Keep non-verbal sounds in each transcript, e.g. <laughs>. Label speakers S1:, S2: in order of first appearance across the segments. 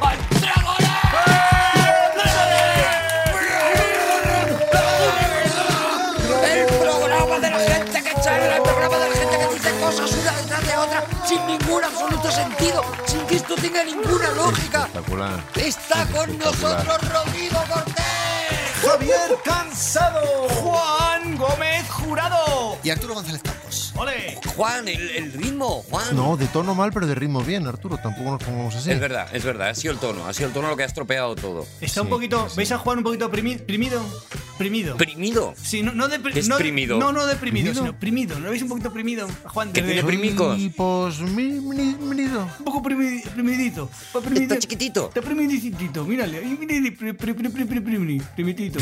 S1: hay Dragones. El programa de la gente que charla, el programa de la gente que dice cosas una detrás de otra sin ningún absoluto sentido, sin que esto tenga ninguna lógica.
S2: Espectacular.
S1: Está con nosotros Rodrigo Cortés.
S3: Javier Cansado. Juan Gómez Jurado.
S4: Y Arturo González Campos.
S3: ¡Ole!
S1: Juan, el, el ritmo, Juan.
S2: No, de tono mal, pero de ritmo bien, Arturo. Tampoco nos pongamos así.
S1: Es verdad, es verdad, ha sido el tono, ha sido el tono lo que ha estropeado todo.
S3: Está un poquito. ¿Veis a Juan un poquito primi- primido? Primido.
S1: Primido.
S3: Sí, no, no, depri-
S1: ¿Qué es
S3: no-
S1: primido?
S3: No, no deprimido,
S2: ¿Primido?
S3: sino primido. ¿No veis un poquito primido a Juan?
S1: ¿Qué
S3: Desde-
S1: tiene pri- primicos.
S2: Y pues, mi- mi- minido.
S3: un poco primi- primidito. Está
S1: Está chiquitito.
S3: Está primiditito, mírale. Ay, mire, pri- pri- pri- pri- pri- primi- Primitito.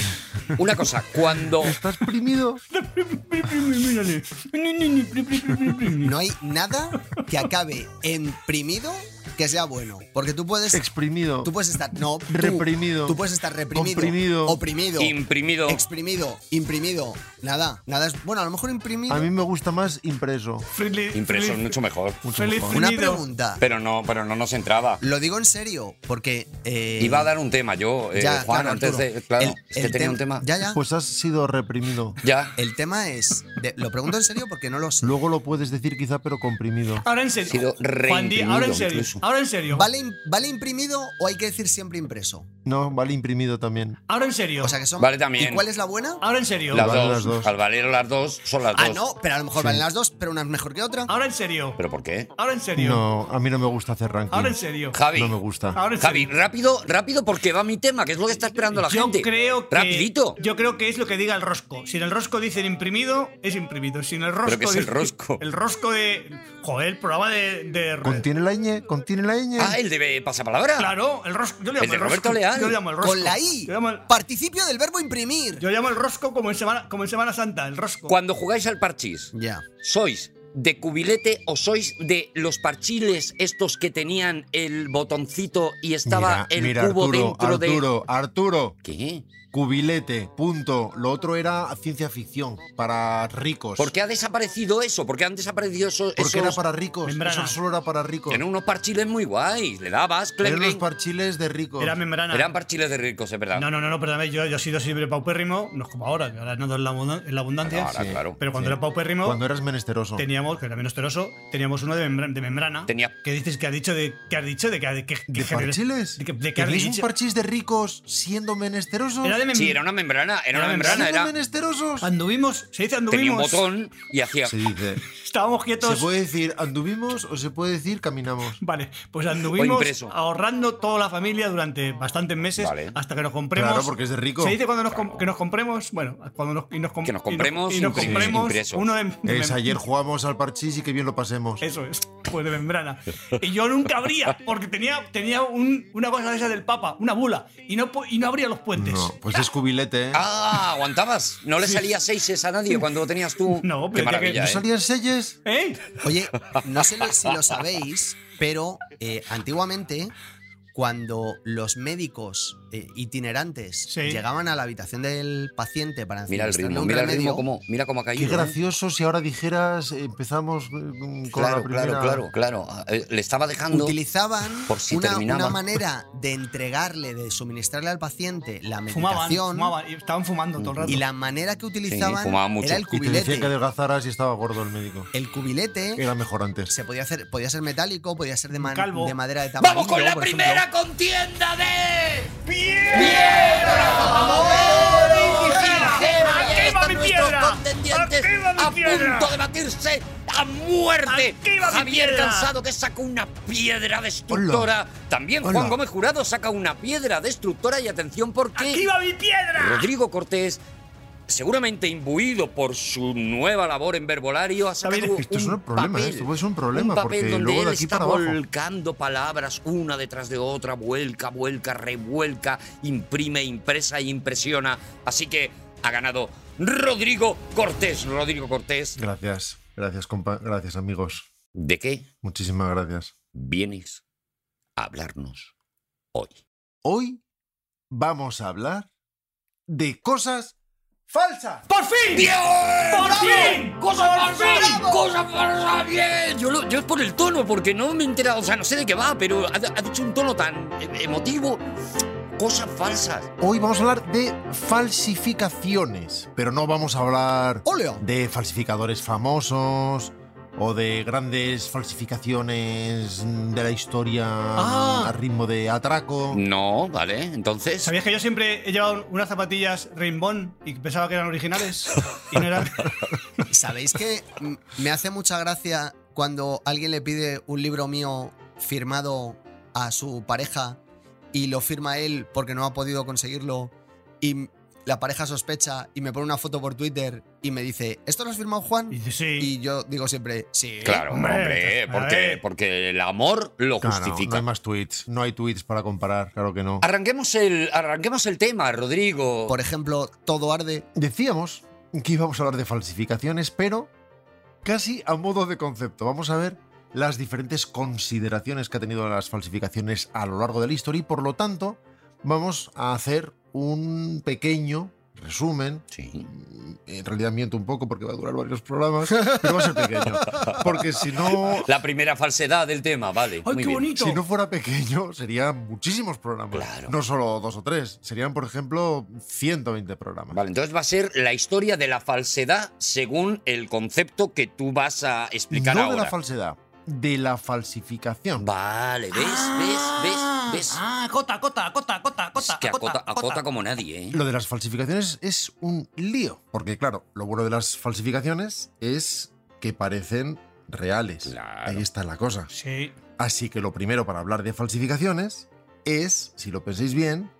S1: Una cosa, cuando
S3: <laughs>
S2: ¿Estás primido?
S3: Pri- primi, Mírale. Ni, ni, ni, pri- pri- pri- pri- primi.
S4: No hay nada que acabe imprimido que sea bueno. Porque tú puedes.
S2: Exprimido.
S4: Tú puedes estar. No, tú,
S2: Reprimido.
S4: Tú puedes estar reprimido.
S2: Comprimido.
S4: Oprimido.
S1: imprimido
S4: Exprimido. Imprimido. Nada. Nada es. Bueno, a lo mejor imprimido.
S2: A mí me gusta más impreso.
S3: Friendly-
S1: impreso es
S3: friendly-
S1: mucho mejor.
S3: friendly
S4: Una
S3: primido.
S4: pregunta.
S1: Pero no, pero no nos entraba.
S4: Lo digo en serio, porque. eh,
S1: Iba a dar un tema yo, eh,
S4: ya,
S1: Juan,
S4: claro,
S1: antes
S4: Arturo.
S1: de. Claro,
S4: El-
S1: es que
S4: el
S1: tenía
S4: tem-
S1: un tema.
S4: Ya, ya.
S2: Pues has sido reprimido.
S1: Ya.
S4: El tema es. de- lo pregunto en serio porque no lo sé.
S2: Luego lo puedes decir quizá, pero comprimido.
S3: Ahora en serio.
S1: sido
S3: Juan, di- ahora en
S1: reimprimido
S3: serio.
S1: incluso.
S3: Ahora en serio.
S4: ¿Vale, im- ¿Vale imprimido o hay que decir siempre impreso?
S2: No, vale imprimido también.
S3: Ahora en serio.
S4: O sea que son.
S1: Vale también.
S4: ¿Y cuál es la buena?
S3: Ahora en serio.
S1: Las,
S2: Valen
S1: dos,
S2: las dos.
S1: Al valer las dos, son las
S4: Ah,
S1: dos.
S4: no, pero a lo mejor valen las dos, pero una es mejor que otra.
S3: Ahora en serio.
S1: ¿Pero por qué?
S3: Ahora en serio.
S2: No, a mí no me gusta hacer ranking.
S3: Ahora en serio.
S1: Javi.
S2: No me gusta.
S3: Ahora en
S1: Javi,
S3: serio.
S1: rápido, rápido, porque va mi tema, que es lo que está esperando la
S3: yo
S1: gente.
S3: creo que
S1: Rapidito.
S3: yo creo que es lo que diga el rosco. Si en el rosco dicen imprimido, es imprimido. Si en el rosco
S1: qué es el
S3: dice-
S1: rosco?
S3: El rosco de joder, el programa de, de-
S2: ¿Contiene la ñ? ¿Contiene la ñ?
S1: Ah, el de pasapalabra.
S3: Claro, el rosco. Yo le
S1: El
S3: llamo
S1: de
S3: el, rosco.
S1: Roberto Leal.
S3: Yo le llamo el rosco.
S4: Con la I.
S3: Yo llamo el,
S4: Participio del verbo imprimir.
S3: yo llamo el rosco como en semana como en Semana Santa, el rosco.
S1: Cuando jugáis al parchís,
S4: Ya.
S1: ¿sois de cubilete o sois de los parchiles estos que tenían el botoncito y estaba
S2: Mira,
S1: el
S2: mira,
S1: cubo
S2: Arturo,
S1: dentro de.
S2: Arturo, Arturo.
S1: ¿Qué?
S2: Cubilete, punto. Lo otro era ciencia ficción, para ricos.
S1: ¿Por qué ha desaparecido eso? ¿Por qué han desaparecido eso- esos?
S2: Pues Porque era para ricos.
S3: Membrana.
S2: Eso solo era para ricos.
S1: Tienen unos parchiles muy guays. Le dabas, clem,
S2: Eran los
S1: clem.
S2: parchiles de ricos.
S3: Era membrana.
S1: Eran parchiles de ricos, es verdad.
S3: no, no, no, no, perdóname, yo, yo he sido siempre paupérrimo, no es como ahora, que ahora no doy la abundan- en la abundancia.
S1: Ahora,
S2: sí.
S1: claro.
S3: Pero cuando
S2: Sí.
S3: era paupérrimo,
S2: Cuando eras menesteroso.
S3: teníamos, que era menos teroso, teníamos uno de, membra- de membrana.
S1: Tenía-
S3: Que dices que has dicho de. que has dicho de que. de que- que
S2: ¿De
S3: genera-
S2: parchiles?
S3: De que, de que has
S2: ¿Tenéis un
S3: dicho-
S2: parchís de ricos siendo menesterosos?
S3: Era de mem-
S1: Sí, era una membrana, era una
S3: Era
S1: membrana,
S2: ¿Siendo
S1: era.
S2: menesterosos?
S3: Anduvimos, se dice anduvimos.
S1: Tenía un botón y hacía.
S2: Se dice.
S3: Estábamos
S2: ¿Se
S3: quietos.
S2: puede decir anduvimos o se puede decir caminamos?
S3: Vale, pues
S1: O
S3: anduvimos
S1: impreso.
S3: ahorrando toda la familia durante bastantes meses
S1: Vale.
S3: hasta que nos compremos.
S2: Claro, porque es de rico.
S3: Se dice cuando nos, com- que nos compremos, bueno, cuando nos, y nos com-
S1: Que nos
S3: y nos-
S1: compremos
S3: y nos
S1: impre-
S3: compremos
S1: impreso.
S3: uno de, de
S2: Es
S3: mem-
S2: ayer jugamos al parchís y qué bien lo pasemos.
S3: Eso es, pues de membrana. Y yo nunca abría, porque tenía, tenía un- una cosa de esas del Papa, una bula, y no, po- y no abría los puentes.
S2: No, pues es cubilete, ¿eh?
S1: Ah, aguantabas. No le salía seises a nadie cuando tenías tú.
S3: No,
S1: Qué
S3: pero ya que-
S1: maravilla,
S2: ¿No
S1: ¿eh?
S2: salían selles?
S3: ¿Eh?
S1: <laughs>
S4: Oye, no sé lo- si lo sabéis, pero eh, antiguamente, cuando los médicos eh, itinerantes
S3: Sí.
S4: llegaban a la habitación del paciente para
S1: Mira el
S4: administrarle
S1: ritmo,
S4: un
S1: mira el ritmo,
S4: remedio,
S1: cómo, mira cómo ha
S2: Qué
S1: caído. ¿eh?
S2: gracioso si ahora dijeras eh, empezamos eh, con la
S1: Claro,
S2: primera.
S1: claro, claro, claro. Ah, eh, Le estaba dejando.
S4: utilizaban
S1: Por si
S4: una,
S1: terminaba.
S4: una manera de entregarle, de suministrarle al paciente la
S3: Fumaban,
S4: medicación.
S3: fumaban, y estaban fumando todo el rato.
S4: Y la manera que utilizaban
S1: fumaban mucho.
S4: era el
S2: Y te decía que
S4: cubilete.
S2: adelgazaras y estaba gordo el médico.
S4: El
S3: ¿Eh?
S4: cubilete
S2: Era mejor antes.
S4: se podía hacer, podía ser metálico, podía ser de, man-
S3: Calvo.
S4: de madera de tamarindo.
S1: ¡Vamos con la
S4: por ejemplo.
S1: primera contienda de.
S3: ¡Piedra!
S1: Ahí
S3: ¡Activa
S1: están
S3: mi
S1: nuestros
S3: piedra!
S1: contendientes
S3: ¡Activa mi
S1: a
S3: piedra!
S1: punto de batirse a muerte.
S3: ¡Activa mi
S1: Javier
S3: piedra!
S1: Cansado que saca una piedra destructora. También Juan
S2: Hola.
S1: Gómez Jurado saca una piedra destructora y atención porque
S3: ¡Aquí va mi piedra!
S1: Rodrigo Cortés, seguramente imbuido por su nueva labor en verbolario, ha sacado
S3: David,
S2: esto es
S1: un
S2: un problema,
S1: papel,
S2: ¿eh? Esto puede ser un problema,
S1: un papel
S2: porque
S1: donde
S2: luego de
S1: él
S2: aquí
S1: está
S2: para abajo.
S1: volcando palabras una detrás de otra, vuelca, vuelca, revuelca, imprime, impresa e impresiona. Así que ha ganado Rodrigo Cortés. Rodrigo Cortés,
S2: Gracias, gracias, compa gracias, amigos.
S1: ¿de qué
S2: Muchísimas gracias.
S1: vienes a hablarnos hoy?
S2: Hoy vamos a hablar de cosas falsas.
S3: ¡Por fin!
S1: ¡Bien!
S3: ¡Por
S1: ¡Bravo!
S3: fin!
S1: eh, ¡Cosa
S3: ¡Por
S1: falsa!
S3: fin!
S1: ¡Cosa falsa! ¡Bien! Yo, lo- yo es por el tono, porque no me he enterado, o sea, no sé de qué va, pero ha, ha dicho un tono tan eh, emotivo. Cosas falsas.
S2: Hoy vamos a hablar de falsificaciones, pero no vamos a hablar
S4: ¡Óleo!
S2: de falsificadores famosos o de grandes falsificaciones de la historia
S3: Ah.
S2: a ritmo de atraco.
S1: No, vale, entonces.
S3: ¿Sabías que yo siempre he llevado unas zapatillas Rimbón y pensaba que eran originales? Y no
S1: <laughs>
S3: eran.
S4: ¿Sabéis que m- me hace mucha gracia cuando alguien le pide un libro mío firmado a su pareja y lo firma él porque no ha podido conseguirlo y m- la pareja sospecha y me pone una foto por Twitter y me dice, ¿esto lo has firmado
S3: Y
S4: Juan?
S3: dice, sí.
S4: Y yo digo siempre, sí.
S1: Claro, hombre,
S3: Hombre,
S1: hombre,
S3: a
S1: porque,
S3: ver.
S1: porque el amor lo
S2: Claro, no
S1: justifica.
S2: hay más tweets, no hay tweets para comparar, claro que no.
S1: Arranquemos el, arranquemos el tema, Rodrigo.
S4: Por ejemplo, todo arde.
S2: Decíamos que íbamos a hablar de falsificaciones, pero casi a modo de concepto. Vamos a ver las diferentes consideraciones que ha tenido las falsificaciones a lo largo de la historia y por lo tanto vamos a hacer un pequeño resumen. Mm,
S1: Sí.
S2: En realidad miento un poco porque va a durar varios programas, pero va a ser pequeño. Porque si no,
S1: La primera falsedad del tema, vale.
S3: ¡Ay,
S1: muy
S3: qué
S1: bien.
S3: bonito!
S2: si no fuera pequeño, serían muchísimos programas.
S1: Claro.
S2: No solo dos o tres, serían, por ejemplo, 120 programas.
S1: Vale, entonces va a ser la historia de la falsedad según el concepto que tú vas a explicar
S2: no
S1: ahora.
S2: de la falsedad, de la falsificación.
S1: Vale, ¿ves?
S3: Ah,
S1: ¿Ves? ¿Ves? ¿Ves?
S3: Ah, acota, acota, acota, acota,
S1: Es
S3: acota.
S1: que acota,
S3: acota, acota.
S1: acota como nadie, ¿eh?
S2: Lo de las falsificaciones es un lío, porque claro, lo bueno de las falsificaciones es que parecen reales.
S1: Claro.
S2: Ahí está la cosa.
S3: Sí.
S2: Así que lo primero para hablar de falsificaciones es, si lo pensáis bien,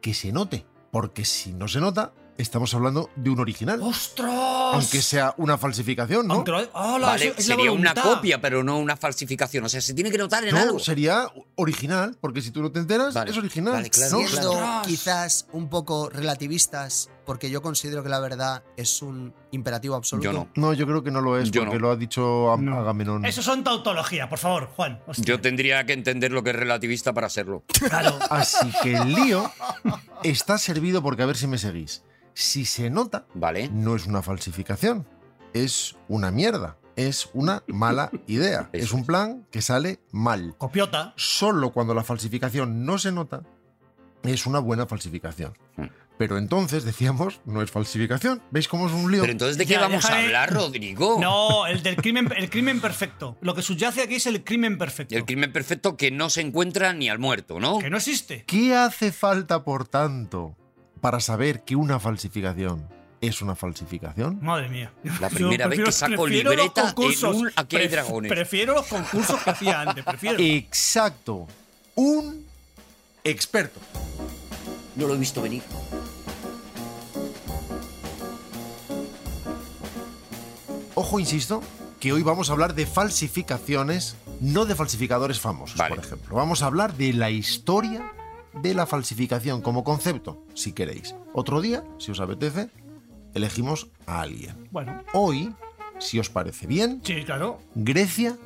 S2: que se note, porque si no se nota, estamos hablando de un original,
S3: ¡Ostras!
S2: aunque sea una falsificación, ¿no?
S3: Aunque lo- ¡Hala,
S1: Vale,
S3: eso es la
S1: sería una
S3: voluntad!
S1: copia, pero no una falsificación. O sea, se tiene que notar en
S2: No,
S1: algo.
S2: sería original, porque si tú no te enteras,
S1: Vale,
S2: es original.
S1: vale, claro,
S2: ¿no?
S4: siendo
S3: claro.
S4: quizás un poco relativistas, porque yo considero que la verdad es un imperativo absoluto.
S1: Yo no.
S2: No, yo creo que no lo es,
S1: Yo
S2: porque
S1: no.
S2: lo ha dicho Am-
S3: No.
S2: Agamenón.
S3: Eso son tautología, por favor, Juan. Hostia.
S1: Yo tendría que entender lo que es relativista para serlo.
S3: Claro.
S2: Así que el lío está servido porque a ver si me seguís. Si se nota,
S1: Vale.
S2: no es una falsificación, es una mierda, es una mala idea,
S1: Eso
S2: es un plan que sale mal.
S1: <laughs>
S3: Copiota.
S2: Solo cuando la falsificación no se nota, es una buena falsificación.
S1: Hmm.
S2: Pero entonces decíamos, no es falsificación. ¿Veis cómo es un lío?
S1: Pero entonces, ¿de qué
S3: Ya,
S1: vamos a
S3: déjame-
S1: hablar, Rodrigo?
S3: No, el del crimen, el crimen perfecto. Lo que subyace aquí es el crimen perfecto.
S1: El crimen perfecto que no se encuentra ni al muerto, ¿no?
S3: Que no existe.
S2: ¿Qué hace falta, por tanto, para saber que una falsificación es una falsificación?
S3: Madre mía.
S1: La
S3: <laughs> Yo
S1: primera vez que saco
S3: prefiero los
S1: libreta en
S3: concursos.
S1: un Aquí hay
S3: Pref-
S1: dragones.
S3: Prefiero los concursos que hacía antes. Prefiero.
S1: <laughs>
S2: Exacto. Un experto.
S1: No lo he visto venir.
S2: Ojo, insisto, que hoy vamos a hablar de falsificaciones, no de falsificadores famosos,
S1: Vale.
S2: por ejemplo. Vamos a hablar de la historia de la falsificación como concepto, si queréis. Otro día, si os apetece, elegimos a alguien.
S3: Bueno,
S2: Hoy, si os parece bien,
S3: sí, claro.
S2: Grecia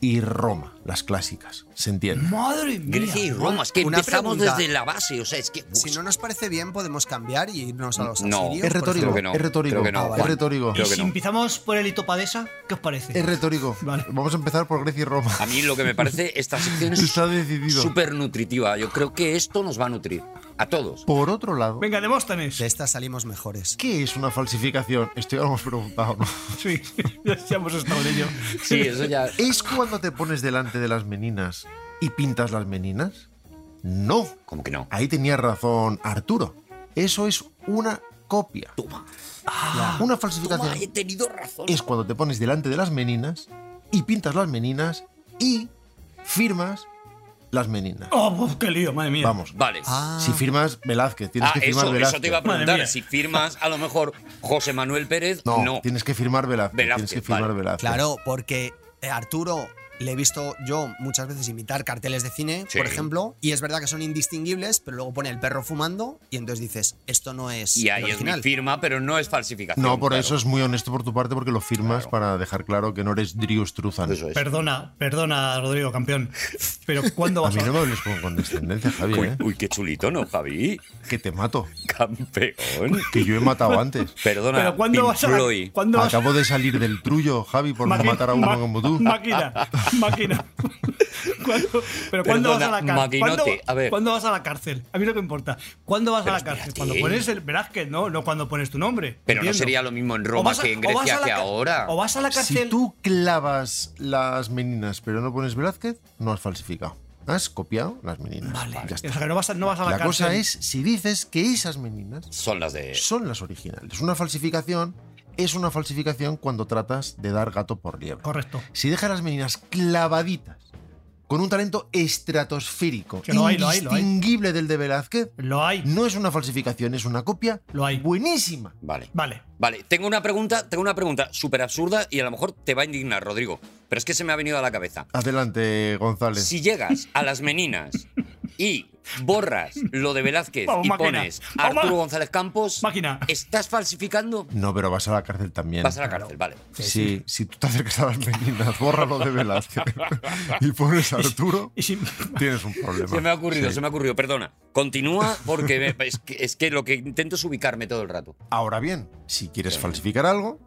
S2: y Roma, las clásicas, ¿se entiende?
S3: Madre mía.
S1: Grecia y Roma, es que
S4: Una
S1: empezamos
S4: pregunta.
S1: desde la base, o sea, es que...
S4: Si no nos parece bien, podemos cambiar y irnos a los
S1: No.
S4: asirios.
S2: Es
S4: por
S2: retórico,
S4: ejemplo.
S1: Creo que no,
S2: es retórico,
S1: creo que no,
S2: es
S4: Juan.
S2: retórico,
S3: Y
S1: Creo que
S3: si
S1: no.
S3: empezamos por el hitopadesa, ¿qué os parece?
S2: es retórico.
S3: Vale.
S2: Vamos a empezar por Grecia y Roma.
S1: A mí lo que me parece, esta sección es
S2: Está decidido.
S1: súper nutritiva. Yo creo que esto nos va a nutrir. A todos.
S2: Por otro lado,
S3: Venga, Demóstenes.
S4: De estas salimos mejores.
S2: ¿qué es una falsificación? Esto ya lo hemos preguntado, ¿no?
S3: Sí, <laughs> ya hemos estado en ello.
S1: Sí, eso ya...
S2: ¿Es cuando te pones delante de las meninas y pintas las meninas? No.
S1: Como que no.
S2: Ahí tenía razón Arturo. Eso es una copia. una
S1: Ah, Toma, he
S2: falsificación
S1: tenido razón.
S2: es cuando te pones delante de las meninas y pintas las meninas y firmas las meninas.
S3: Oh, oh, qué lío, madre mía.
S2: Vamos.
S1: Vale.
S4: Ah,
S2: Si firmas Velázquez, tienes
S1: Ah,
S2: que firmar
S1: eso,
S2: Velázquez.
S1: eso te iba a
S3: Madre
S1: preguntar.
S3: mía.
S1: Si firmas a lo mejor José Manuel Pérez,
S2: no,
S1: no.
S2: tienes que firmar Velázquez.
S1: Velázquez,
S2: tienes que firmar
S1: vale.
S2: Velázquez.
S4: claro, porque eh, Arturo, le he visto yo muchas veces imitar carteles de cine,
S1: Sí.
S4: por ejemplo, y es verdad que son indistinguibles, pero luego pone el perro fumando y entonces dices, esto no es
S1: Y
S4: el
S1: ahí es mi
S4: original.
S1: firma, pero no es falsificación.
S2: No, por
S1: claro.
S2: eso es muy honesto por tu parte, porque lo firmas
S1: Claro.
S2: para dejar claro que no eres Drew Struzan.
S1: Eso es.
S3: Perdona, perdona, Rodrigo, campeón. Pero ¿cuándo
S1: <laughs>
S2: A
S3: vas
S2: mí
S3: a.?
S2: no me hables con condescendencia, Javi,
S1: Uy,
S2: ¿eh?
S1: uy, qué chulito, ¿no, Javi? <laughs>
S2: Que te mato.
S1: Campeón.
S2: Que yo he matado antes.
S1: Perdona,
S3: Pero ¿cuándo
S1: Pink
S3: vas a.?
S1: Floyd.
S3: ¿Cuándo vas
S2: Acabo de salir del trullo, Javi, por no
S3: Maqui-
S2: matar a uno
S3: ma-
S2: como tú.
S3: Máquina, máquina. <laughs> ¿Cuándo- pero ¿cuándo vas
S1: Perdona,
S3: a la cárcel? ¿Cuándo,
S1: maquinote, a ver.
S3: cuándo vas a la cárcel? A mí lo que importa. ¿Cuándo vas
S1: Pero
S3: a la cárcel?
S1: espérate.
S3: Cuando pones el. Verás que no, no cuando pones tu nombre.
S1: Pero no
S3: entiendo.
S1: sería lo mismo en
S3: O
S1: Roma
S3: vas a-
S1: que en
S3: o vas a
S1: Grecia
S3: la
S1: que
S3: ca-
S1: ahora.
S3: O vas a la cárcel.
S2: Si tú clavas las meninas pero no pones Velázquez, no has falsificado. Has copiado las meninas.
S3: Vale,
S2: Ya está.
S3: o sea que no vas a, no vas a la,
S2: La
S3: cárcel.
S2: cosa es si dices que esas meninas
S1: Son las de.
S2: son las originales. Una falsificación es una falsificación cuando tratas de dar gato por liebre.
S3: Correcto.
S2: Si dejas las meninas clavaditas, con un talento estratosférico,
S3: Que lo hay, lo hay, lo hay.
S2: indistinguible del de Velázquez,
S3: Lo hay.
S2: no es una falsificación, es una copia
S3: Lo hay.
S2: buenísima.
S1: Vale.
S3: Vale.
S1: Vale, tengo una pregunta, tengo una pregunta súper absurda y a lo mejor te va a indignar, Rodrigo. Pero es que se me ha venido a la cabeza.
S2: Adelante, González.
S1: Si llegas a las meninas y borras lo de Velázquez
S3: Vamos,
S1: y
S3: máquina.
S1: pones a
S3: Vamos,
S1: Arturo
S3: ma-
S1: González Campos,
S3: Máquina.
S1: ¿estás falsificando?
S2: No, pero vas a la cárcel también.
S1: Vas a la cárcel, vale.
S2: Sí, si tú te acercas a las meninas, bórralo de Velázquez y pones a Arturo,
S3: Y si-
S2: tienes un problema.
S1: Se me ha ocurrido,
S2: Sí.
S1: se me ha ocurrido, perdona. Continúa porque me- es, que, es que lo que intento es ubicarme todo el rato.
S2: Ahora bien, si quieres falsificar algo,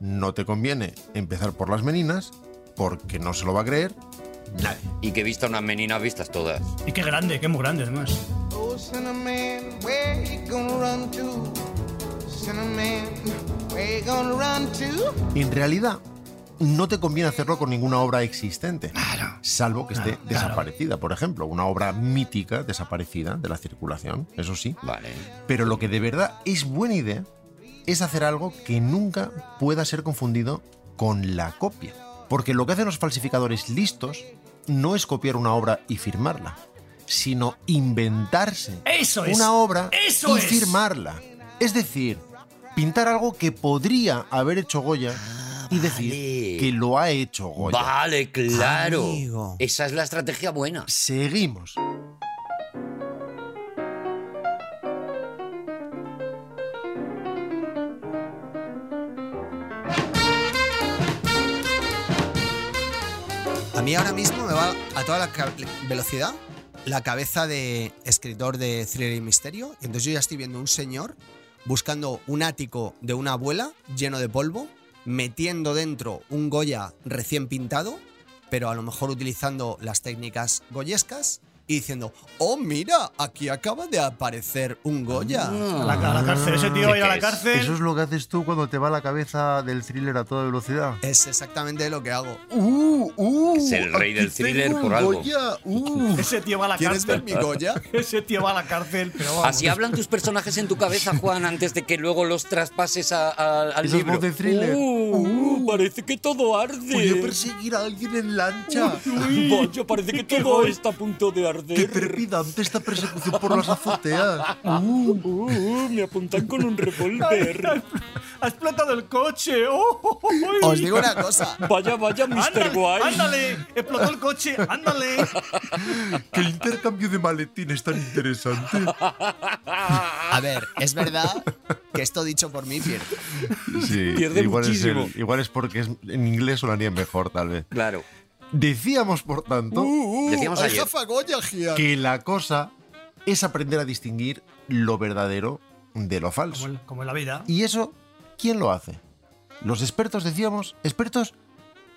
S2: no te conviene empezar por las meninas porque no se lo va a creer nadie.
S1: Y que he visto unas meninas vistas todas.
S3: y qué grande, qué muy grande además.
S5: Oh, Cinnamon, where you gonna run to? Cinnamon, where you gonna run to?
S2: En realidad, no te conviene hacerlo con ninguna obra existente, salvo que esté desaparecida, por ejemplo, una obra mítica desaparecida de la circulación, eso sí.
S1: Vale.
S2: Pero lo que de verdad es buena idea es hacer algo que nunca pueda ser confundido con la copia. Porque lo que hacen los falsificadores listos no es copiar una obra y firmarla, sino inventarse
S3: Eso es.
S2: una obra
S3: Eso
S2: y
S3: es.
S2: firmarla. Es decir, pintar algo que podría haber hecho Goya
S3: Ah,
S2: y decir
S1: vale.
S2: que lo ha hecho Goya.
S1: Vale, claro.
S4: Amigo.
S1: Esa es la estrategia buena.
S2: Seguimos.
S4: A mí ahora mismo me va a toda la ca- velocidad la cabeza de escritor de thriller y misterio. Y entonces yo ya estoy viendo un señor buscando un ático de una abuela lleno de polvo, metiendo dentro un Goya recién pintado, pero a lo mejor utilizando las técnicas goyescas y diciendo, oh mira, aquí acaba de aparecer un Goya.
S3: A la, a la cárcel. Ese tío va a ir a la
S1: ¿Qué es?
S3: cárcel.
S2: Eso Ah, es lo que haces tú cuando te va la cabeza del thriller a toda velocidad.
S4: Es exactamente lo que hago.
S2: Uh, uh,
S1: Es el rey del
S2: aquí
S1: thriller
S2: tengo
S1: por
S2: un
S1: algo.
S2: Goya, uh.
S3: Ese tío va a la <laughs>
S4: ¿Quieres ver
S3: cárcel.
S4: mi Goya?
S3: Ese tío va a la cárcel, pero vamos.
S1: Así hablan tus personajes en tu cabeza, Juan, antes de que luego los traspases a- a- al
S2: Esa es
S1: libro.
S2: voz de thriller.
S1: Uh, parece que todo
S2: Voy a
S1: arde.
S2: perseguir a alguien en lancha.
S1: Vaya, parece que todo está a punto de
S2: Qué
S1: arder.
S2: trepidante esta persecución por las azoteas.
S1: Uh, me apuntan con un <laughs> revólver.
S3: Ha explotado el coche. ¡Oh, oh, oh, oh!
S4: Os digo una cosa.
S1: Vaya, vaya,
S3: Ándale,
S1: Mr. White.
S3: ándale, explotó el coche, ándale.
S2: Qué intercambio de maletines tan interesante.
S1: Ah.
S4: A ver, es verdad que esto dicho por mí pierde.
S2: Sí,
S1: <laughs> Pierde muchísimo.
S2: Es el- igual es porque es, en inglés sonaría mejor, tal vez.
S1: Claro.
S2: Decíamos, por tanto,
S1: Decíamos ayer.
S2: que la cosa es aprender a distinguir lo verdadero de lo
S3: Como,
S2: falso.
S3: en- como en la vida.
S2: ¿Y eso quién lo hace? Los expertos, decíamos, expertos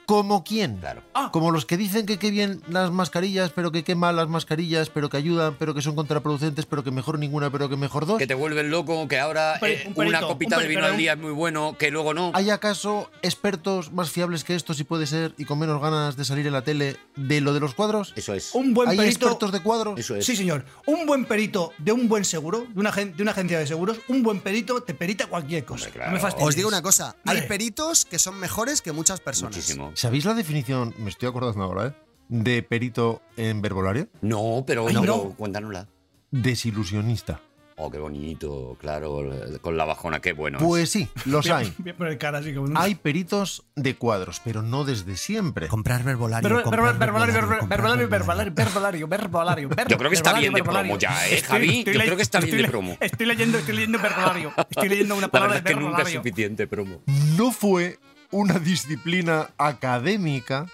S2: como quién.
S1: Claro.
S3: Ah.
S2: Como los que dicen que qué bien las mascarillas, pero que qué mal las mascarillas, pero que ayudan, pero que son contraproducentes, pero que mejor ninguna, pero que mejor dos.
S1: Que te vuelven loco, que ahora
S3: Un peri-
S1: eh,
S3: un perito,
S1: una
S3: un
S1: copita de
S3: peri-
S1: vino
S3: pero
S1: al
S3: un-
S1: día es muy bueno, que luego no.
S2: ¿Hay acaso expertos más fiables que estos, si puede ser, y con menos ganas de salir en la tele de lo de los cuadros?
S1: Eso es.
S3: Un buen
S2: ¿Hay
S3: perito.
S2: expertos de cuadros?
S1: Eso es.
S3: Sí, señor. Un buen perito de un buen seguro, de una, agen- de una agencia de seguros, un buen perito te perita cualquier cosa.
S1: Hombre, claro.
S3: No me fastidies.
S4: Os digo una cosa, hay
S3: Hombre.
S4: peritos que son mejores que muchas personas.
S1: Muchísimo.
S2: ¿Sabéis la definición, me estoy acordando ahora, ¿eh? de perito en verbolario?
S1: No, pero,
S3: Ay,
S1: pero
S3: no.
S1: cuéntanosla.
S2: Desilusionista.
S1: ¡Ah! Oh, qué bonito, claro, con la bajona, qué bueno. es.
S2: Pues sí, los
S3: Voy a-
S2: hay.
S3: voy a poner cara así como en un-
S2: Hay peritos de cuadros, pero no desde siempre.
S4: Comprar verbolario.
S3: Verbal-
S4: comprar
S3: verbal- Verbalario,
S4: verbolario,
S3: verbal-
S4: comprar
S3: verbalario,
S4: verbolario.
S3: verbalario, verbalario, verbalario, ver-
S1: Yo creo que está
S3: verbalario,
S1: bien de promo
S3: verbalario.
S1: ya, ¿eh, Javi? Yo
S3: le-
S1: creo que está bien
S3: estoy
S1: de
S3: le-
S1: promo.
S3: Estoy leyendo, estoy leyendo verbalario. Estoy leyendo una
S1: La
S3: palabra
S1: verdad es
S3: de
S1: que nunca es
S3: verbalario.
S1: suficiente promo.
S2: No fue una disciplina académica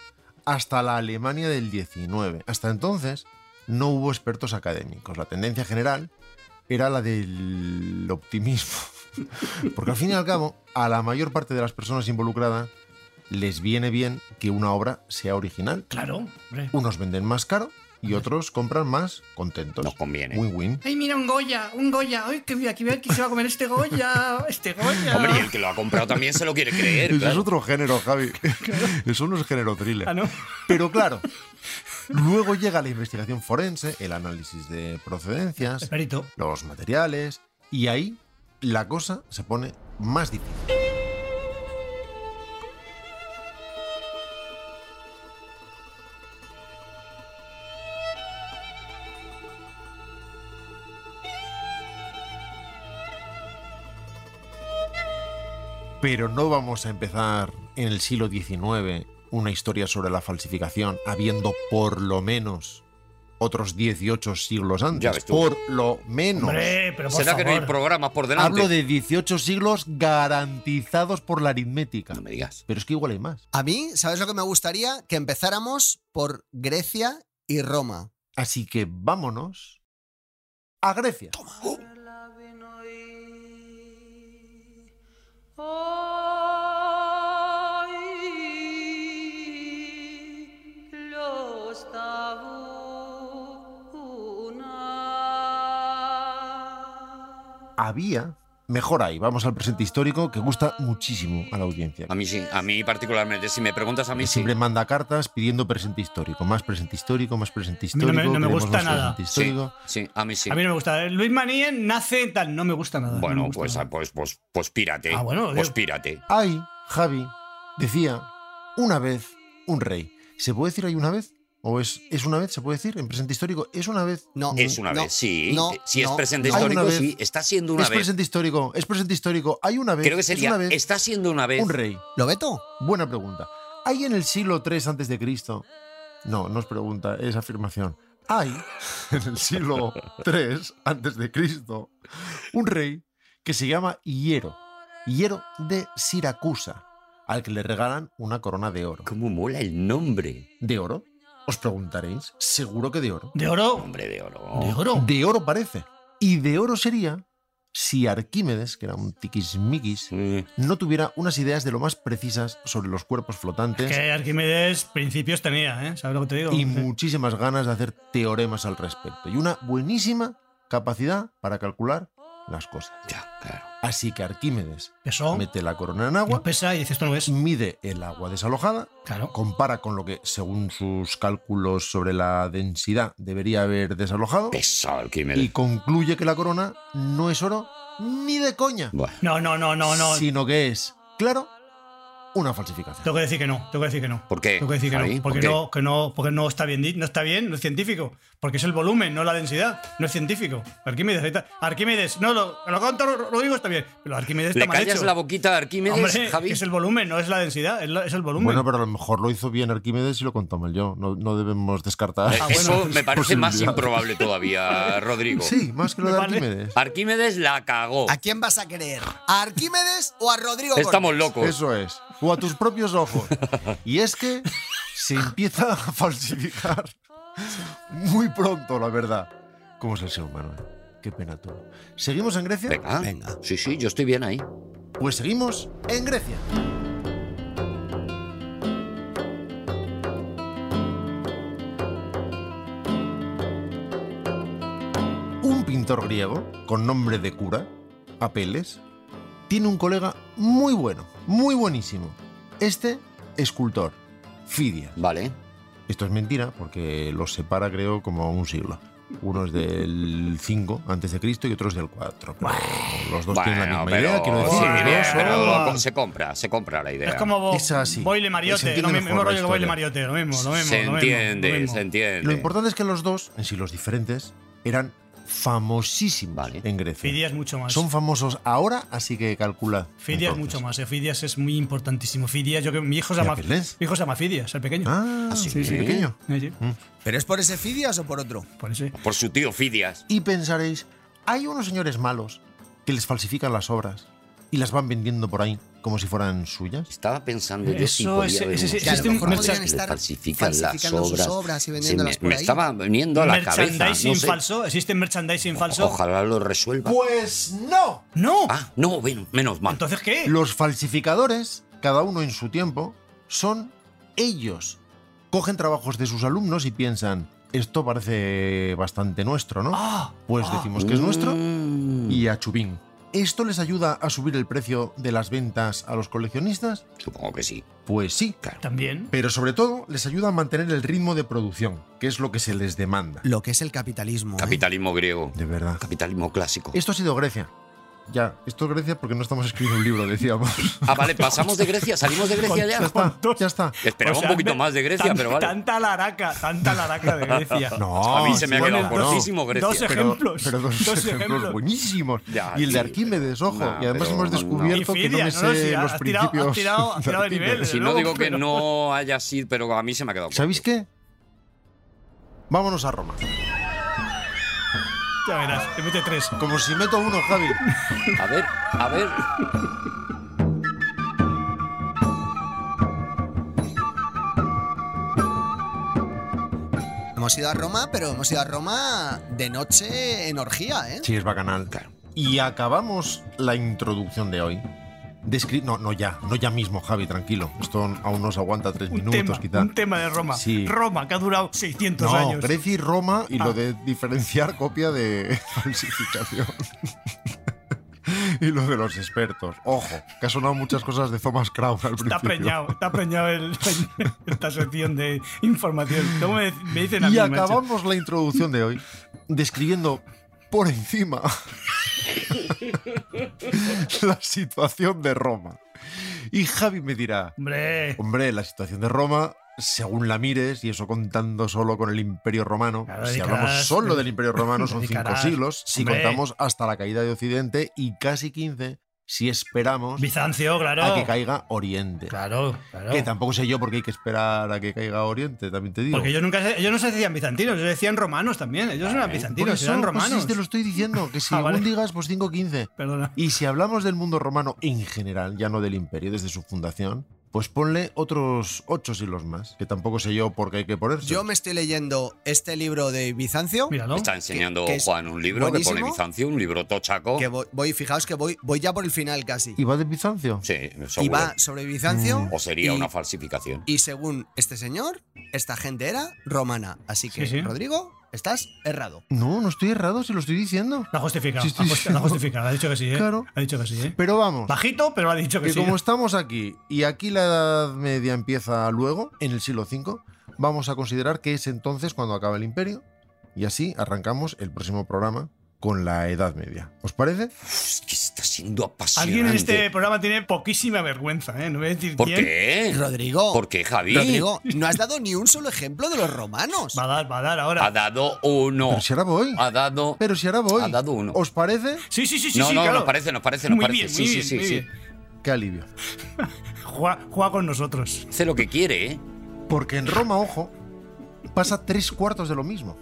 S2: hasta la Alemania del 19. Hasta entonces no hubo expertos académicos. La tendencia general era la del optimismo. <laughs> Porque al fin y al cabo, a la mayor parte de las personas involucradas les viene bien que una obra sea original.
S3: Claro, hombre.
S2: Unos venden más caro y otros compran más contentos.
S1: Nos conviene.
S2: Win-win.
S3: Ay, mira, un Goya, un Goya. Ay, que mira, aquí vea que se va a comer este Goya. Este Goya.
S1: Hombre, y el que lo ha comprado también se lo quiere creer.
S2: Ese es
S1: claro.
S2: otro género, Javi. Eso no es género thriller.
S3: Ah, ¿no?
S2: Pero claro, luego llega la investigación forense, el análisis de procedencias,
S3: Perito.
S2: los materiales, y ahí la cosa se pone más difícil. Pero no vamos a empezar en el siglo XIX una historia sobre la falsificación, habiendo por lo menos otros 18 siglos
S1: Ya
S2: antes.
S1: ves tú.
S2: Por lo menos.
S3: Hombre, pero por
S1: ¿Será que no hay
S3: favor.
S1: programas por delante?
S2: Hablo de 18 siglos garantizados por la aritmética.
S1: No me digas.
S2: Pero es que igual hay más.
S4: A mí, ¿sabes lo que me gustaría? Que empezáramos por Grecia y Roma.
S2: Así que vámonos a Grecia. Había, mejor ahí, vamos al presente histórico que gusta muchísimo a la audiencia.
S1: A mí sí, a mí particularmente. Si me preguntas a mí,
S2: Que
S1: sí.
S2: siempre manda cartas pidiendo presente histórico, más presente histórico, más presente
S3: mí no
S2: histórico.
S3: me- no me
S2: queremos
S3: gusta
S2: más
S3: nada.
S2: presente
S1: Sí,
S2: histórico.
S1: sí, a mí sí.
S3: A mí no me gusta. Luis Manien nace tal. No me gusta nada. no me
S1: Bueno,
S3: gusta
S1: pues,
S3: nada.
S1: ah, pues, pues, pues pírate.
S3: Ah, bueno,
S1: pues
S3: yo-
S1: pírate.
S2: Hay, Javi, decía, una vez un rey. ¿Se puede decir hay una vez? ¿O es, es una vez? ¿Se puede decir en presente histórico? ¿Es una vez?
S4: No.
S1: Es una
S4: no,
S1: vez, sí. Eh,
S4: no,
S1: si es
S4: no,
S1: presente
S2: Mm, no.
S1: histórico,
S2: Hay una vez.
S1: sí. Está siendo una
S2: es
S1: vez.
S2: presente histórico, es presente histórico. Hay una vez.
S1: Creo que
S2: es
S1: sería.
S2: una vez
S1: Está siendo una vez.
S2: un rey.
S4: ¿Lo veto?
S2: Buena pregunta. ¿Hay en el siglo III antes de Cristo? No, no es pregunta, es afirmación. Hay <laughs> en el siglo III antes de Cristo un rey que se llama Hiero, Hiero de Siracusa, al que le regalan una corona de oro.
S1: ¿Cómo mola el nombre?
S2: ¿De oro? Os preguntaréis, seguro que de oro.
S3: ¿De oro?
S1: Hombre de oro.
S3: ¿De oro?
S2: De oro parece. Y de oro sería si Arquímedes, que era un tiquismiquis,
S1: Mm,
S2: no tuviera unas ideas de lo más precisas sobre los cuerpos flotantes
S3: Que Arquímedes principios tenía, ¿eh? ¿Sabes lo que te digo?
S2: y
S3: Sí.
S2: muchísimas ganas de hacer teoremas al respecto y una buenísima capacidad para calcular las cosas.
S1: ya, claro.
S2: Así que Arquímedes
S3: Pesó,
S2: mete la corona en agua,
S3: lo pesa y dice esto no Oh. es.
S2: mide el agua desalojada,
S3: Claro.
S2: compara con lo que según sus cálculos sobre la densidad debería haber desalojado
S1: Pesado el
S2: y
S1: Kimmel.
S2: concluye que la corona no es oro ni de coña,
S1: Bueno,
S3: No, no, no, no, no.
S2: sino que es, claro, una falsificación.
S3: Tengo que decir que no, tengo que decir que no.
S1: ¿Por qué?
S3: Tengo que decir que
S1: Eh, Javi?
S3: no, porque
S1: ¿Por qué?
S3: no, que no, porque no está bien, di- no está bien, no es científico, porque es el volumen, no la densidad, no es científico. Arquímedes, ahí está. Arquímedes, no lo, lo conto Rodrigo está bien, pero Arquímedes está
S1: ¿Le
S3: mal
S1: callas
S3: hecho.
S1: la boquita a Arquímedes,
S3: Hombre,
S1: Javi?
S3: es el volumen, no es la densidad, es, la- es el volumen.
S2: Bueno, pero a lo mejor lo hizo bien Arquímedes y lo contó mal yo. No, no debemos descartar.
S1: Ah, Eso me parece más
S2: posibilidades.
S1: improbable todavía, Rodrigo.
S2: Sí, más que lo
S3: Me
S2: de
S3: parece-
S2: Arquímedes.
S1: Arquímedes la cagó.
S4: ¿A quién vas a creer? ¿A Arquímedes o a Rodrigo
S1: Estamos
S4: Cortés?
S1: locos.
S2: Eso es. O a tus propios ojos. Y es que se empieza a falsificar muy pronto, la verdad. ¿Cómo es el ser humano? eh? Qué pena todo. ¿Seguimos en Grecia?
S1: Venga.
S4: Venga.
S1: Sí, sí, yo estoy bien ahí.
S2: Pues seguimos en Grecia. Un pintor griego con nombre de cura, Apeles, tiene un colega muy bueno, muy buenísimo. Este escultor, Fidia.
S1: Vale.
S2: Esto es mentira porque los separa creo como un siglo. Uno es del 5 antes de Cristo y otro es del 4. pero Los dos tienen Pues la misma idea, quiero decir.
S1: sí,
S2: los
S1: bien,
S2: dos son-
S1: pero
S3: son-
S1: co- se compra, se compra la idea.
S3: es como bo-
S2: Es así.
S3: Boile
S2: Se
S3: Mariote,
S2: entiende
S3: lo mismo,
S2: mejor
S3: mismo
S2: la
S3: rollo que Boile
S2: historia.
S3: Mariote, lo mismo, lo mismo.
S1: se
S3: lo mismo, lo
S1: entiende,
S3: mismo.
S1: se entiende.
S2: Lo importante es que los dos, en siglos diferentes, eran famosísimos
S4: Vale.
S2: en Grecia.
S3: Fidias mucho más.
S2: Son famosos ahora, así que calcula.
S3: Fidias
S2: entonces.
S3: mucho más, eh. Fidias es muy importantísimo. Fidias, yo que mi hijo se
S2: ¿Y
S3: llama.
S2: Aquiles?
S3: Mi hijo se llama Fidias, el pequeño.
S2: Ah, Mm.
S4: sí,
S2: sí,
S3: sí.
S2: pequeño.
S3: Sí, sí.
S4: ¿Pero es por ese Fidias o por otro?
S3: Por eso.
S1: Por su tío Fidias.
S2: Y pensaréis, hay unos señores malos que les falsifican las obras y las van vendiendo por ahí como si fueran suyas.
S1: Estaba pensando yo si
S3: Eso,
S1: podía
S3: ese-
S1: haber
S3: ese-
S1: un-
S3: ese-
S4: Que a lo
S3: Existe un
S4: mejor
S3: merchan-
S4: podrían
S1: que
S4: estar
S1: falsifican las
S4: falsificando
S1: obras.
S4: sus obras y
S1: Se
S4: vendiéndolas
S1: me,
S4: por
S1: me
S4: ahí.
S1: estaba viniendo a la cabeza. no
S3: merchandising
S1: sé.
S3: falso. ¿Existe merchandising falso?
S1: Ojalá lo resuelva.
S2: Pues no.
S3: No.
S1: Ah, no, bueno, menos mal.
S3: Entonces, ¿qué?
S2: Los falsificadores, cada uno en su tiempo, son ellos. Cogen trabajos de sus alumnos y piensan, esto parece bastante nuestro, ¿no?
S3: Ah,
S2: Pues
S3: ah.
S2: decimos que es nuestro
S1: Mm,
S2: y a chupín. ¿Esto les ayuda a subir el precio de las ventas a los coleccionistas?
S1: Supongo que sí.
S2: Pues sí.
S3: También.
S2: Pero sobre todo les ayuda a mantener el ritmo de producción, que es lo que se les demanda.
S4: Lo que es el capitalismo. ¿eh?
S1: Capitalismo griego.
S2: De verdad.
S1: Capitalismo clásico.
S2: Esto ha sido Grecia. Ya, esto es Grecia porque no estamos escribiendo un libro, decíamos.
S1: Ah, vale, pasamos de Grecia, salimos de Grecia
S2: Ya
S1: ya.
S2: está, ya está.
S1: Esperaba
S3: O sea,
S1: un poquito
S3: me-
S1: más de Grecia,
S3: tan-
S1: pero vale.
S3: Tanta laraca, tanta laraca de
S2: <laughs>
S3: Grecia.
S2: No,
S1: a mí se me ha
S2: sí,
S1: quedado
S2: no,
S1: cortísimo Grecia.
S3: dos
S2: Pero-
S3: ejemplos.
S2: Pero dos, ejemplos, buenísimos.
S1: Ya,
S2: y el
S1: sí,
S2: de Arquímedes, ojo.
S1: nah,
S2: y además
S1: pero
S2: hemos
S1: no.
S3: Y
S2: descubierto que no me
S3: Fidias,
S2: sé
S3: no, sí,
S2: los
S3: has tirado- has
S2: principios.
S3: tirado- has
S2: <laughs>
S3: tirado de nivel,
S2: Arquímedes.
S3: desde
S1: Si no
S3: luego,
S1: digo que
S3: pero-
S1: no haya sido, pero a mí se me ha quedado. corto.
S2: ¿Sabéis qué? Vámonos a Roma.
S3: Ya verás, te mete tres.
S2: Como si meto uno, Javi.
S1: A ver, a ver.
S4: Hemos ido a Roma, pero hemos ido a Roma de noche en orgía, ¿eh?
S2: Sí, es bacanal. Y acabamos la introducción de hoy. Descri- no, no ya, no ya mismo, Javi, tranquilo. Esto aún nos aguanta tres
S3: Un
S2: minutos,
S3: tema,
S2: quizá.
S3: un tema de Roma.
S2: Sí.
S3: Roma, que ha durado 600
S2: no,
S3: años.
S2: Grecia y Roma y lo
S3: Ah.
S2: de diferenciar copia de <laughs> falsificación. <laughs> y lo de los expertos. Ojo, que ha sonado muchas cosas de Thomas Crown al
S3: Está
S2: principio.
S3: preñado, está preñado el- <laughs> esta sección de información. ¿Cómo me, me dicen a
S2: Y
S3: mí, macho?
S2: acabamos la introducción de hoy describiendo por encima <laughs> la situación de Roma. Y Javi me dirá,
S3: Hombre,
S2: Hombre, la situación de Roma, según la mires, y eso contando solo con el Imperio Romano,
S3: Claro,
S2: si
S3: dedicarás,
S2: hablamos solo del Imperio Romano son cinco
S3: dedicarás,
S2: siglos, si
S3: hombre.
S2: contamos hasta la caída de Occidente y casi 15, si esperamos
S3: Bizancio, claro.
S2: a que caiga Oriente.
S3: Claro, claro.
S2: Que tampoco sé yo por qué hay que esperar a que caiga Oriente, también te digo.
S3: Porque ellos nunca se- ellos no se decían bizantinos, ellos decían romanos también. Ellos
S1: Ah,
S3: no eran
S1: ¿eh?
S2: Por
S3: bizantinos,
S2: eso,
S3: eran
S2: pues,
S3: romanos.
S2: sí, te lo estoy diciendo, que
S3: <laughs>
S2: si
S3: Ah,
S2: algún
S3: vale.
S2: digas, pues 5-15.
S3: Perdona.
S2: Y si hablamos del mundo romano en general, ya no del imperio desde su fundación, pues ponle otros ocho siglos más, que tampoco sé yo por qué hay que ponerse.
S4: Yo me estoy leyendo este libro de Bizancio.
S3: Míralo.
S1: Está enseñando
S4: Que- que es
S1: Juan un libro que
S4: buenísimo.
S1: pone Bizancio, un libro tochaco.
S4: Que voy, voy- fijaos que voy, voy ya por el final casi.
S2: ¿Y va de Bizancio?
S1: Sí,
S4: Y
S1: Mm. seguro. Mm.
S4: va sobre Bizancio.
S1: O sería
S4: y-
S1: una falsificación.
S4: Y según este señor, esta gente era romana. Así que,
S3: Sí, sí.
S4: Rodrigo, estás errado.
S2: No, no estoy errado, si lo estoy diciendo.
S3: La justifica,
S2: Sí, sí,
S3: la justi- la
S2: sí.
S3: justifica, ha dicho que sí, ¿eh?
S2: Claro.
S3: Ha dicho que sí, ¿eh?
S2: Pero vamos,
S3: Bajito, pero ha dicho que,
S2: que
S3: sí. ¿eh?
S2: como estamos aquí y aquí la Edad Media empieza luego, en el siglo V, vamos a considerar que es entonces cuando acaba el imperio y así arrancamos el próximo programa con la Edad Media. ¿Os parece?
S1: Uf, es que está siendo apasionante.
S3: Alguien en este programa tiene poquísima vergüenza, ¿eh? No voy a decir
S1: ¿Por
S3: quién.
S1: qué?
S4: Rodrigo.
S1: ¿Por qué, Javi?
S4: Rodrigo, no has dado ni un solo ejemplo de los romanos.
S3: Va a dar, va a dar
S1: Ha
S3: ahora.
S1: dado
S4: Oh.
S1: uno.
S2: Pero si ahora voy.
S1: Ha dado.
S2: Pero si ahora voy.
S1: Ha dado uno.
S2: ¿Os parece?
S3: Sí, sí, sí, sí,
S1: no,
S3: sí,
S1: no,
S3: claro.
S1: nos parece, nos parece, nos
S3: muy
S1: parece.
S3: bien,
S1: sí,
S3: muy
S1: sí,
S3: bien,
S1: sí,
S3: muy
S1: sí.
S3: bien.
S2: Qué alivio.
S3: Juega, juega con nosotros.
S1: Hace lo que quiere, ¿eh?
S2: Porque en Roma, ojo, pasa tres cuartos de lo mismo.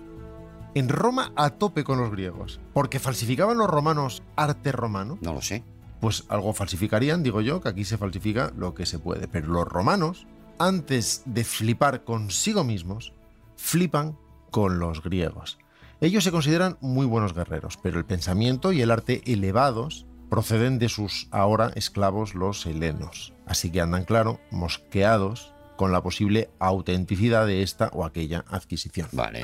S2: En Roma a tope con los griegos. Porque falsificaban los romanos arte romano.
S1: No lo sé.
S2: pues algo falsificarían, digo yo, que aquí se falsifica lo que se puede. Pero los romanos, antes de flipar consigo mismos, flipan con los griegos. Ellos se consideran muy buenos guerreros, pero el pensamiento y el arte elevados proceden de sus ahora esclavos los helenos. Así que andan, claro, mosqueados con la posible autenticidad de esta o aquella adquisición.
S1: Vale.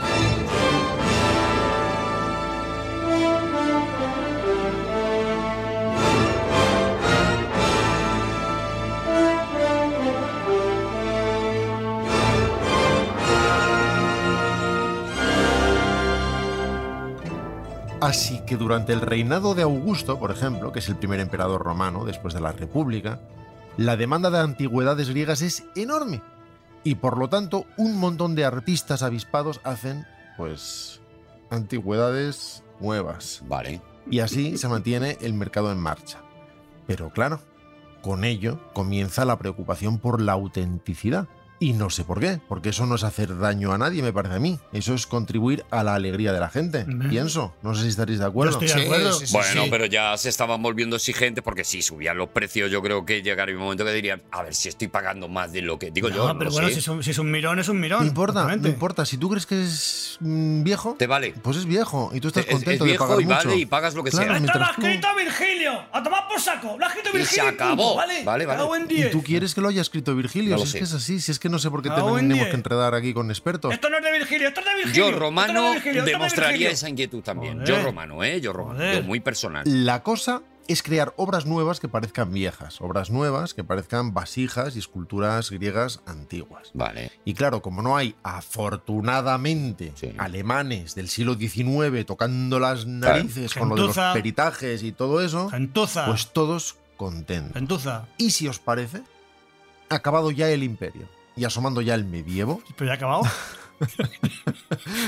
S2: Así que durante el reinado de Augusto, por ejemplo, que es el primer emperador romano después de la República, la demanda de antigüedades griegas es enorme. Y por lo tanto, un montón de artistas avispados hacen, pues, antigüedades nuevas.
S1: Vale.
S2: Y así se mantiene el mercado en marcha. Pero claro, con ello comienza la preocupación por la autenticidad. Y no sé por qué, porque eso no es hacer daño a nadie, me parece a mí. Eso es contribuir a la alegría de la gente.
S3: Ujú.
S2: Pienso, no sé si estaréis de acuerdo.
S3: Yo estoy de acuerdo.
S4: sí, sí,
S1: Bueno,
S4: sí.
S1: pero ya se estaban volviendo exigentes porque si subían los precios, yo creo que llegaría un momento que dirían, a ver si estoy pagando más de lo que digo
S3: No,
S1: yo. no
S3: Ah, pero
S1: lo
S3: bueno,
S1: sé.
S3: si es, un, si es un mirón, es un mirón.
S2: No importa, no
S3: obviamente.
S2: importa. Si tú crees que es mm, viejo,
S1: Te vale.
S2: pues es viejo. Y tú estás
S1: Es- es
S2: contento de
S1: viejo
S2: pagar
S1: y
S2: mucho.
S1: vale y pagas lo que
S2: Claro,
S1: sea.
S3: ¡Esto lo ha
S2: mientras tú-
S3: escrito Virgilio! ¡A tomar por saco! ¡Lo ha escrito
S1: Y se
S3: Virgilio! punto,
S1: acabó.
S3: ¿Vale?
S1: Vale, vale.
S3: Cago en
S2: Y
S3: diez.
S2: tú quieres que lo haya escrito Virgilio,
S1: No lo
S2: si es
S1: sé.
S2: que es así, si es que no sé por qué te
S3: Cago en
S2: tenemos
S3: diez.
S2: que enredar aquí con expertos.
S3: Esto no es de Virgilio, esto es de Virgilio.
S1: Yo,
S3: esto no es de
S1: romano,
S3: Virgilio, esto no es de
S1: demostraría
S3: Virgilio.
S1: esa inquietud también.
S3: Joder.
S1: Yo, romano, ¿eh? Yo, romano.
S3: Joder.
S1: Yo, muy personal.
S2: La cosa es crear obras nuevas que parezcan viejas, obras nuevas que parezcan vasijas y esculturas griegas antiguas.
S1: Vale.
S2: Y claro, como no hay, afortunadamente,
S1: Sí.
S2: alemanes del siglo XIX tocando las narices con lo de los
S3: Gentuza.
S2: peritajes y todo eso,
S3: Gentuza.
S2: pues todos contentos.
S3: Gentuza.
S2: Y si os parece, acabado ya el imperio y asomando ya el medievo.
S3: Pero ya ha
S1: <laughs>
S3: acabado.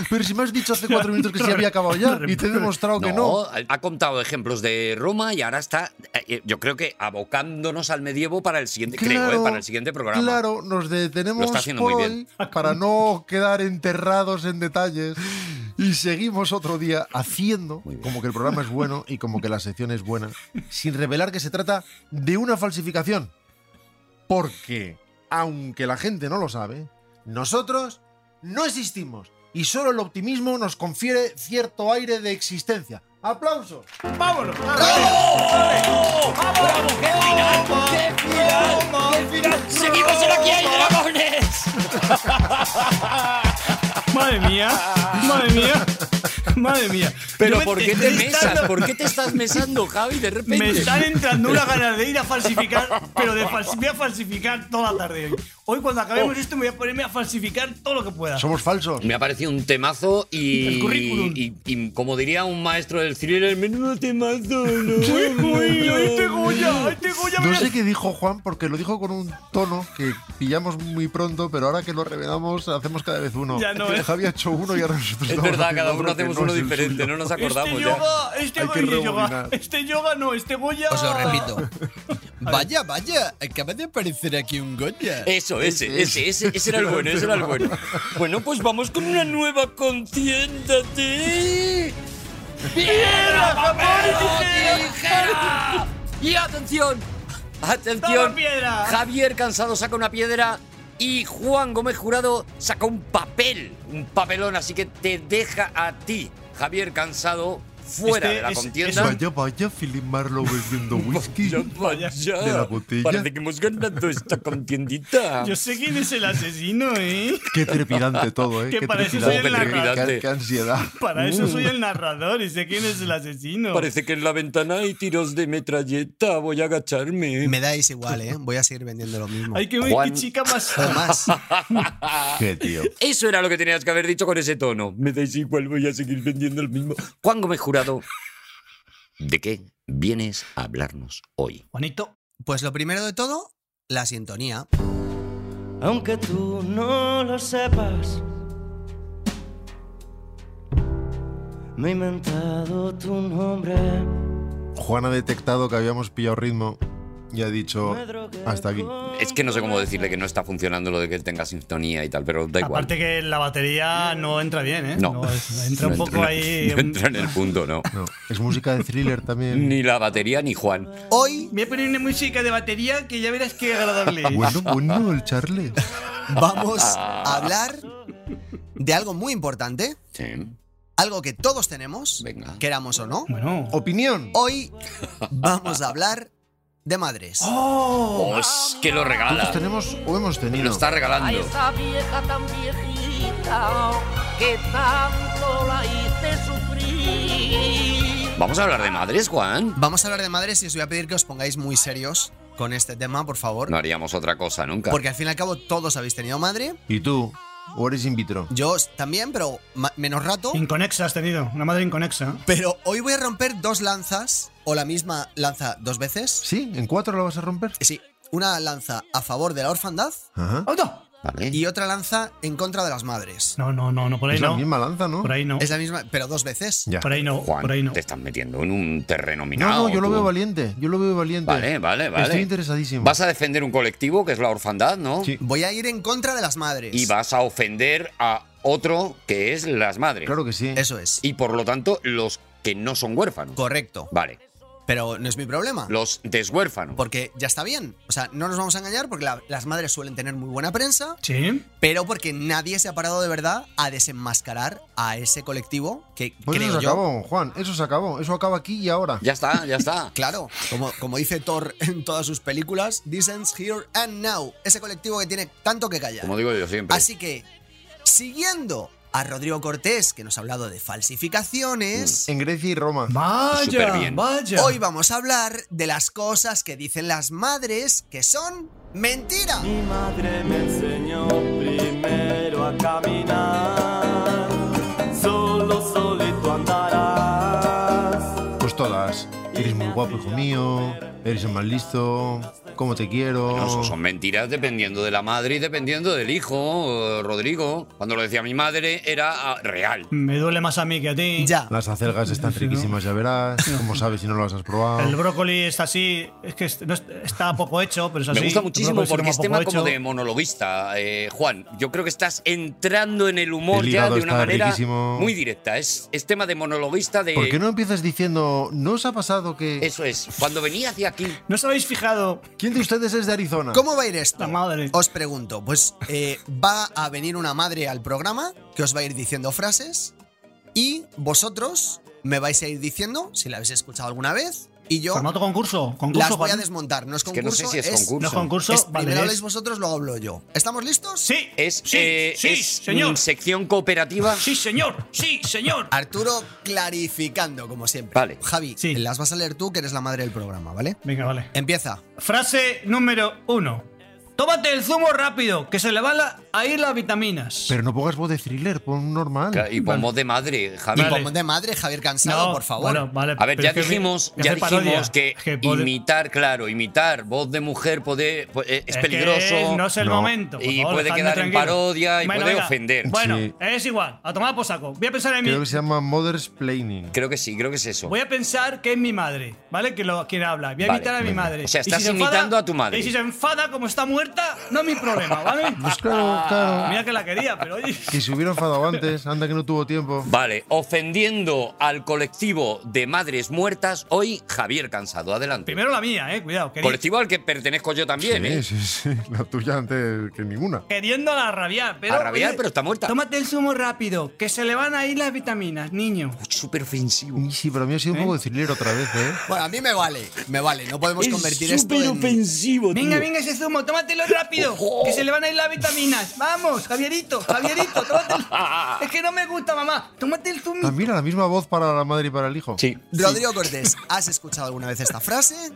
S2: Pero si me has dicho hace cuatro minutos que
S3: <laughs>
S2: se había acabado ya y te he demostrado que no.
S1: No, ha contado ejemplos de Roma y ahora está, eh, yo creo que abocándonos al medievo para el siguiente, creo,
S2: Claro,
S1: eh, para el siguiente programa.
S2: Claro, nos detenemos
S1: Lo está haciendo
S2: por
S1: muy bien.
S2: hoy para no quedar enterrados en detalles y seguimos otro día haciendo
S1: Muy bien.
S2: como que el programa es bueno y como que la sección es buena, sin revelar que se trata de una falsificación. Porque, aunque la gente no lo sabe, nosotros no existimos y solo el optimismo nos confiere cierto aire de existencia. ¡Aplauso!
S3: ¡Vámonos!
S1: ¡Seguimos en Aquí hay dragones!
S3: Madre mía, madre mía, madre mía. Yo
S1: Pero
S3: me-
S1: ¿por qué te
S3: me
S1: mesas?
S3: están-
S1: ¿Por qué te estás mesando, Javi, de repente?
S3: Me están entrando unas ganas de ir a falsificar,
S1: <laughs>
S3: pero de falsi- voy a falsificar toda la tarde hoy. Hoy cuando
S1: Oh.
S3: acabemos esto me voy a ponerme a falsificar todo lo que pueda.
S2: Somos falsos.
S1: Me ha parecido un temazo y,
S3: El currículum.
S1: y, y como diría un maestro del thriller, menudo temazo.
S3: <laughs>
S1: ¿no?
S3: Uy, ahí te Goya, ahí te Goya,
S2: No
S3: mira.
S2: sé qué dijo Juan, porque lo dijo con un tono que pillamos muy pronto, pero ahora que lo revelamos, hacemos cada vez uno.
S3: Ya no, ¿eh?
S2: Javi ha hecho uno
S1: <laughs>
S2: y ahora nosotros
S1: Es
S2: estamos
S1: verdad,
S2: haciendo
S1: cada uno
S2: que
S1: hacemos
S2: no
S1: uno
S2: es el
S1: diferente,
S2: suyo.
S1: no nos
S3: Este
S1: acordamos ya.
S3: yoga, este
S2: Hay que
S3: Goya, yoga,
S2: rebobinar.
S3: este yoga no, este Goya.
S4: Os lo
S1: <laughs>
S4: repito. Vaya, vaya, acaba de aparecer aquí un Goya.
S1: Eso,
S3: Este,
S1: ese, ese, ese, ese era el bueno, ese era el bueno. Bueno, pues vamos con una nueva contiéndate. ¡Piedra, papel, tijera! Y atención, atención.
S3: Toma, piedra.
S1: Javier Cansado saca una piedra y Juan Gómez Jurado saca un papel, un papelón, así que te deja a ti, Javier Cansado, fuera
S3: Este
S1: de la
S3: es-
S1: contienda.
S2: Vaya, vaya, Philip Marlowe
S1: <laughs>
S2: bebiendo whisky.
S1: Ya, vaya,
S2: De la botella.
S1: Parece que hemos ganado esta contiendita.
S3: <laughs> Yo sé quién es el asesino, ¿eh? <laughs>
S2: Qué trepidante todo, ¿eh?
S3: Que
S2: Qué
S3: para eso
S2: trepidante.
S3: soy el
S2: qué-
S1: narrador.
S2: qué- qué ansiedad.
S3: Para eso soy el narrador y sé quién es el asesino.
S1: Uh. Parece que en la ventana hay tiros de metralleta. Voy a agacharme.
S4: Me dais igual, ¿eh? Voy a seguir vendiendo lo mismo.
S3: Ay, qué, qué
S1: Juan-
S3: chica más.
S1: <laughs>
S4: O más.
S2: Qué tío.
S1: Eso era lo que tenías que haber dicho con ese tono. Me dais igual, voy a seguir vendiendo el mismo. Juan Gómez Jurado, ¿de qué vienes a hablarnos hoy?
S3: Juanito.
S4: Pues lo primero de todo, la sintonía.
S6: aunque tú no lo sepas. Me he inventado tu nombre.
S2: Juan ha detectado que habíamos pillado ritmo y ha dicho hasta aquí.
S1: Es que no sé cómo decirle que no está funcionando lo de que tenga sintonía y tal, pero da igual.
S3: Aparte que la batería no entra bien, ¿eh?
S1: no.
S3: es- entra un
S1: No
S3: poco ahí. um,
S1: No entra en el punto,
S3: <laughs>
S1: no.
S2: No, es música de thriller
S1: <laughs>
S2: también.
S1: Ni la batería ni Juan.
S4: Hoy
S3: Voy a poner una música de batería que ya verás qué agradable
S1: Ah,
S3: es.
S2: Bueno, bueno, el Charles.
S4: vamos a hablar de algo muy importante,
S1: Sí,
S4: algo que todos tenemos,
S1: venga.
S4: queramos o no.
S3: Bueno.
S2: Opinión.
S4: Hoy vamos a hablar de madres.
S1: ¡Os! Oh, ¡Que lo regala!
S2: Tenemos o hemos
S1: Lo
S2: tenido.
S1: está
S7: A
S1: regalando.
S7: esa vieja tan viejita que tanto la hice sufrir.
S1: Vamos a hablar de madres, Juan.
S4: Vamos a hablar de madres y os voy a pedir que os pongáis muy serios con este tema, por favor.
S1: No haríamos otra cosa nunca.
S4: Porque al fin y al cabo todos habéis tenido madre.
S2: ¿Y tú? ¿O eres in vitro?
S4: Yo también, pero ma- menos rato.
S3: Inconexa has tenido. Una madre inconexa.
S4: Pero hoy voy a romper dos lanzas, o la misma lanza dos veces.
S2: ¿Sí? ¿En cuatro lo vas a romper?
S4: Sí, una lanza a favor de la orfandad
S2: Ajá.
S3: ¡Auto!
S1: Vale.
S4: y otra lanza en contra de las madres.
S3: No, no, no, no, por ahí
S2: es
S3: no.
S2: la misma lanza, ¿no?
S3: Por ahí no.
S4: Es la misma, pero dos veces.
S2: Ya.
S3: Por ahí no.
S1: Juan,
S3: por ahí no.
S1: te estás metiendo en un terreno
S2: No,
S1: minado.
S2: no, yo lo
S1: tú.
S2: veo valiente. Yo lo veo valiente.
S1: Vale, vale, vale.
S2: Estoy interesadísimo.
S1: Vas a defender un colectivo que es la orfandad, ¿no?
S2: Sí.
S4: Voy a ir en contra de las madres.
S1: Y vas a ofender a otro que es las madres.
S2: Claro que sí.
S4: Eso es.
S1: Y por lo tanto, los que no son huérfanos.
S4: Correcto.
S1: Vale.
S4: Pero no es mi problema.
S1: Los deshuérfanos.
S4: Porque ya está bien. O sea, no nos vamos a engañar porque la- las madres suelen tener muy buena prensa,
S3: Sí.
S4: pero porque nadie se ha parado de verdad a desenmascarar a ese colectivo que
S2: Pues
S4: creo
S2: eso se
S4: yo.
S2: acabó, Juan. Eso se acabó. Eso acaba aquí y ahora.
S1: Ya está, ya está.
S4: Claro, como, como dice Thor en todas sus películas, This ends here and now. Ese colectivo que tiene tanto que callar.
S1: Como digo yo siempre.
S4: Así que, siguiendo a Rodrigo Cortés, que nos ha hablado de falsificaciones,
S2: En Grecia y Roma.
S3: Vaya,
S1: Superbién.
S3: vaya.
S4: hoy vamos a hablar de las cosas que dicen las madres que son mentira.
S3: Mm.
S6: Mi madre me enseñó primero a caminar. Solo, solito andarás.
S2: Pues todas. Eres muy guapo, hijo mío. Eres el más listo. ¿Cómo te quiero?
S1: No, son- son mentiras dependiendo de la madre y dependiendo del hijo, eh, Rodrigo. Cuando lo decía mi madre era ah, real.
S3: Me duele más a mí que a ti.
S4: Ya,
S2: Las acelgas están
S3: Sí, ¿no?
S2: riquísimas, ya verás. ¿Cómo sabes si no las has
S3: El
S2: probado?
S3: brócoli está así, es que es- no es- está poco hecho, pero es así.
S1: Me gusta
S3: El
S1: muchísimo
S3: brócoli se
S1: porque es
S3: toma poco
S1: tema como
S3: hecho.
S1: de monologuista, eh, Juan. Yo creo que estás entrando en el humor
S2: El
S1: ya
S2: hígado
S1: de una
S2: está
S1: manera
S2: riquísimo.
S1: muy directa. Es, es tema de monologuista de...
S2: ¿Por qué no empiezas diciendo, ¿no os ha pasado que...
S1: Eso es. Cuando venía hacia aquí,
S3: ¿No os habéis fijado?
S2: ¿Quién de ustedes es de Arizona?
S4: ¿cómo va a ir esto?
S3: La madre.
S4: Os pregunto, pues eh, va a venir una madre al programa que os va a ir diciendo frases y vosotros me vais a ir diciendo si la habéis escuchado alguna vez y yo
S3: Formato concurso. Concurso,
S4: las voy a
S3: Juan.
S4: desmontar. No es
S1: es que
S4: concurso,
S1: no sé si es,
S3: No
S1: concurso.
S3: es concurso,
S4: es-
S3: vale.
S4: primero
S3: es-
S4: habláis vosotros, luego hablo yo. ¿Estamos listos?
S3: Sí,
S1: Es,
S3: sí,
S1: eh,
S3: sí,
S1: es, mm,
S3: señor.
S1: sección cooperativa.
S3: Sí, señor. Sí, señor.
S1: Ah.
S4: Arturo clarificando, como siempre.
S1: Vale.
S4: Javi,
S3: Sí.
S4: las vas a leer tú, que eres la madre del programa, ¿vale?
S3: Venga, vale.
S4: Empieza.
S3: Frase número uno. Tómate el zumo rápido, que se le van la- a ir las vitaminas.
S2: Pero no pongas voz de thriller, pon normal.
S1: Claro, Y pomos de madre, Javi.
S3: Vale.
S4: Y pon de madre, Javier Cansado, por favor.
S3: bueno, vale,
S1: A ver,
S3: pero
S1: ya
S3: es que-
S1: dijimos,
S3: que
S1: ya
S3: hacer parodia.
S1: dijimos que,
S3: Es que pone-
S1: imitar, claro, imitar voz de mujer puede, pu- eh, es,
S3: es que
S1: peligroso.
S3: no es el
S2: No.
S3: momento. por
S1: Y
S3: favor,
S1: puede
S3: dejadme
S1: quedar en
S3: tranquilo.
S1: parodia y
S3: Bueno,
S1: puede
S3: venga.
S1: ofender.
S3: Bueno,
S2: Sí.
S3: es igual. A tomar por saco. Voy a pensar en
S2: Creo
S3: mí.
S2: que se llama Mother's Planning.
S1: Creo que sí, creo que es eso.
S3: Voy a pensar que es mi madre, ¿vale? Que lo, quien habla. Voy a
S1: Vale,
S3: imitar a mi
S1: venga.
S3: madre.
S1: O sea,
S3: Y
S1: estás
S3: se
S1: imitando a tu madre.
S3: Y si se enfada como está muerta, no es mi problema,
S1: <laughs>
S3: ¿vale?
S2: Pues claro,
S1: Ah,
S2: claro.
S3: Mira que la quería, pero oye.
S2: Que se hubiera enfadado antes, anda que no tuvo tiempo.
S1: Vale, ofendiendo al colectivo de madres muertas, hoy Javier Cansado. Adelante.
S3: Primero la mía, eh, cuidado. queri-
S1: colectivo al que pertenezco yo también, ¿eh?
S2: Sí, sí, sí, <laughs> La tuya antes que ninguna.
S3: Queriéndola rabiar, pero.
S1: A rabiar, pero está muerta.
S3: Tómate el zumo rápido, que se le van a ir las vitaminas, niño.
S1: Súper ofensivo.
S2: Y sí, pero a mí ha sido un poco de thriller otra vez, ¿eh?
S4: Bueno, a mí me vale, me vale. No podemos convertir esto
S1: Súper
S4: en...
S1: ofensivo,
S3: Venga, venga ese zumo, tómatelo rápido, que se le van a ir las vitaminas. Vamos, Javierito, Javierito, tómatelo.
S1: <laughs>
S3: Es que no me gusta, mamá. Tómate el zumo.
S2: Ah, mira, la misma voz para la madre y para el hijo.
S1: Sí.
S4: Rodrigo Cortés, ¿has escuchado alguna vez esta frase?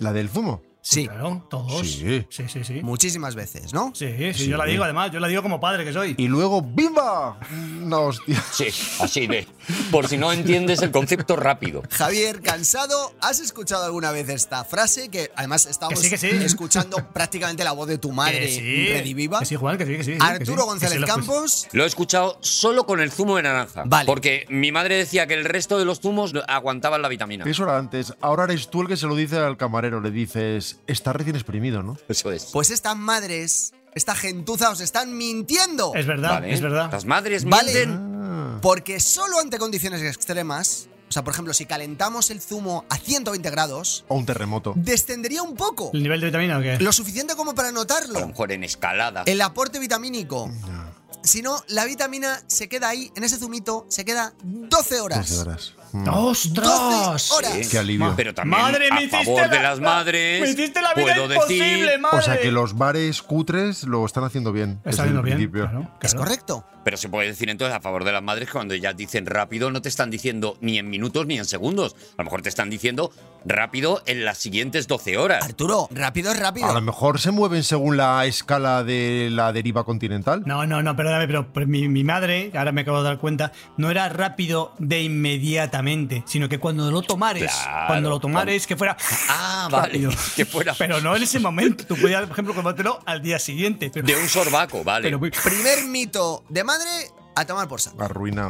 S2: La del zumo.
S4: Sí,
S3: Claro, todos.
S2: Sí.
S3: sí, sí. Sí,
S4: muchísimas veces, ¿no?
S3: Sí, sí, yo la digo además, yo la digo como padre que soy.
S2: Y luego, ¡bimba! Una hostia.
S1: Sí, así de. Por si no entiendes el concepto rápido.
S4: Javier Cansado, ¿has escuchado alguna vez esta frase? Que además estamos
S3: Que sí, que sí. <laughs>
S4: escuchando prácticamente la voz de tu madre
S3: Que sí,
S4: rediviva.
S3: Que sí, Juan, que sí, que sí. que sí, que
S4: Arturo
S3: sí
S4: González
S3: lo escucho.
S4: Campos,
S1: Lo he escuchado solo con el zumo de naranja.
S4: Vale.
S1: Porque mi madre decía que el resto de los zumos no- aguantaban la vitamina.
S2: Eso era antes. Ahora eres tú el que se lo dice al camarero. Le dices, está recién exprimido, ¿no?
S1: Eso es.
S4: pues estas madres, esta gentuza os están mintiendo.
S3: Es verdad,
S1: Vale.
S3: es verdad.
S1: Las madres
S4: Vale.
S1: mienten.
S4: Porque solo ante condiciones extremas, o sea, por ejemplo, si calentamos el zumo a 120 grados,
S2: O un terremoto.
S4: descendería un poco.
S3: ¿El nivel de vitamina o qué?
S4: Lo suficiente como para
S1: A lo
S4: notarlo.
S1: mejor en escalada.
S4: El aporte vitamínico. Si no, la vitamina se queda ahí, en ese zumito, se queda 12 horas.
S2: 12 horas. Mm.
S4: 12 horas.
S1: Sí.
S2: Qué alivio.
S1: Pero también
S3: Madre, me
S1: a
S3: hiciste
S1: favor de
S3: la-
S1: las madres.
S3: me hiciste la vida
S1: puedo
S3: imposible,
S1: decir,
S3: madre.
S2: O sea que los bares cutres lo están haciendo bien. desde
S3: Está
S2: el
S3: viendo bien.
S2: principio.
S3: Claro,
S4: Es
S3: claro.
S4: correcto.
S1: pero se puede decir entonces a favor de las madres que cuando ya dicen rápido no te están diciendo ni en minutos ni en segundos. A lo mejor te están diciendo rápido en las siguientes 12 horas.
S4: Arturo, rápido es rápido.
S2: A lo mejor se mueven según la escala de la deriva continental.
S3: No, pues, no, no, perdóname, pero, pero mi, mi madre, ahora me acabo de dar cuenta, no era rápido de lentamente, sino que cuando lo tomares,
S1: Claro.
S3: cuando lo tomares, que fuera. <laughs>
S1: Ah, vale.
S3: rápido.
S1: <laughs> Que fuera
S3: Pero no en ese momento. Tú podías, por ejemplo, comértelo al día siguiente. Pero,
S1: de un sorbaco, vale.
S3: pero muy-
S4: Primer mito de madre a tomar por saco.
S2: Arruinado.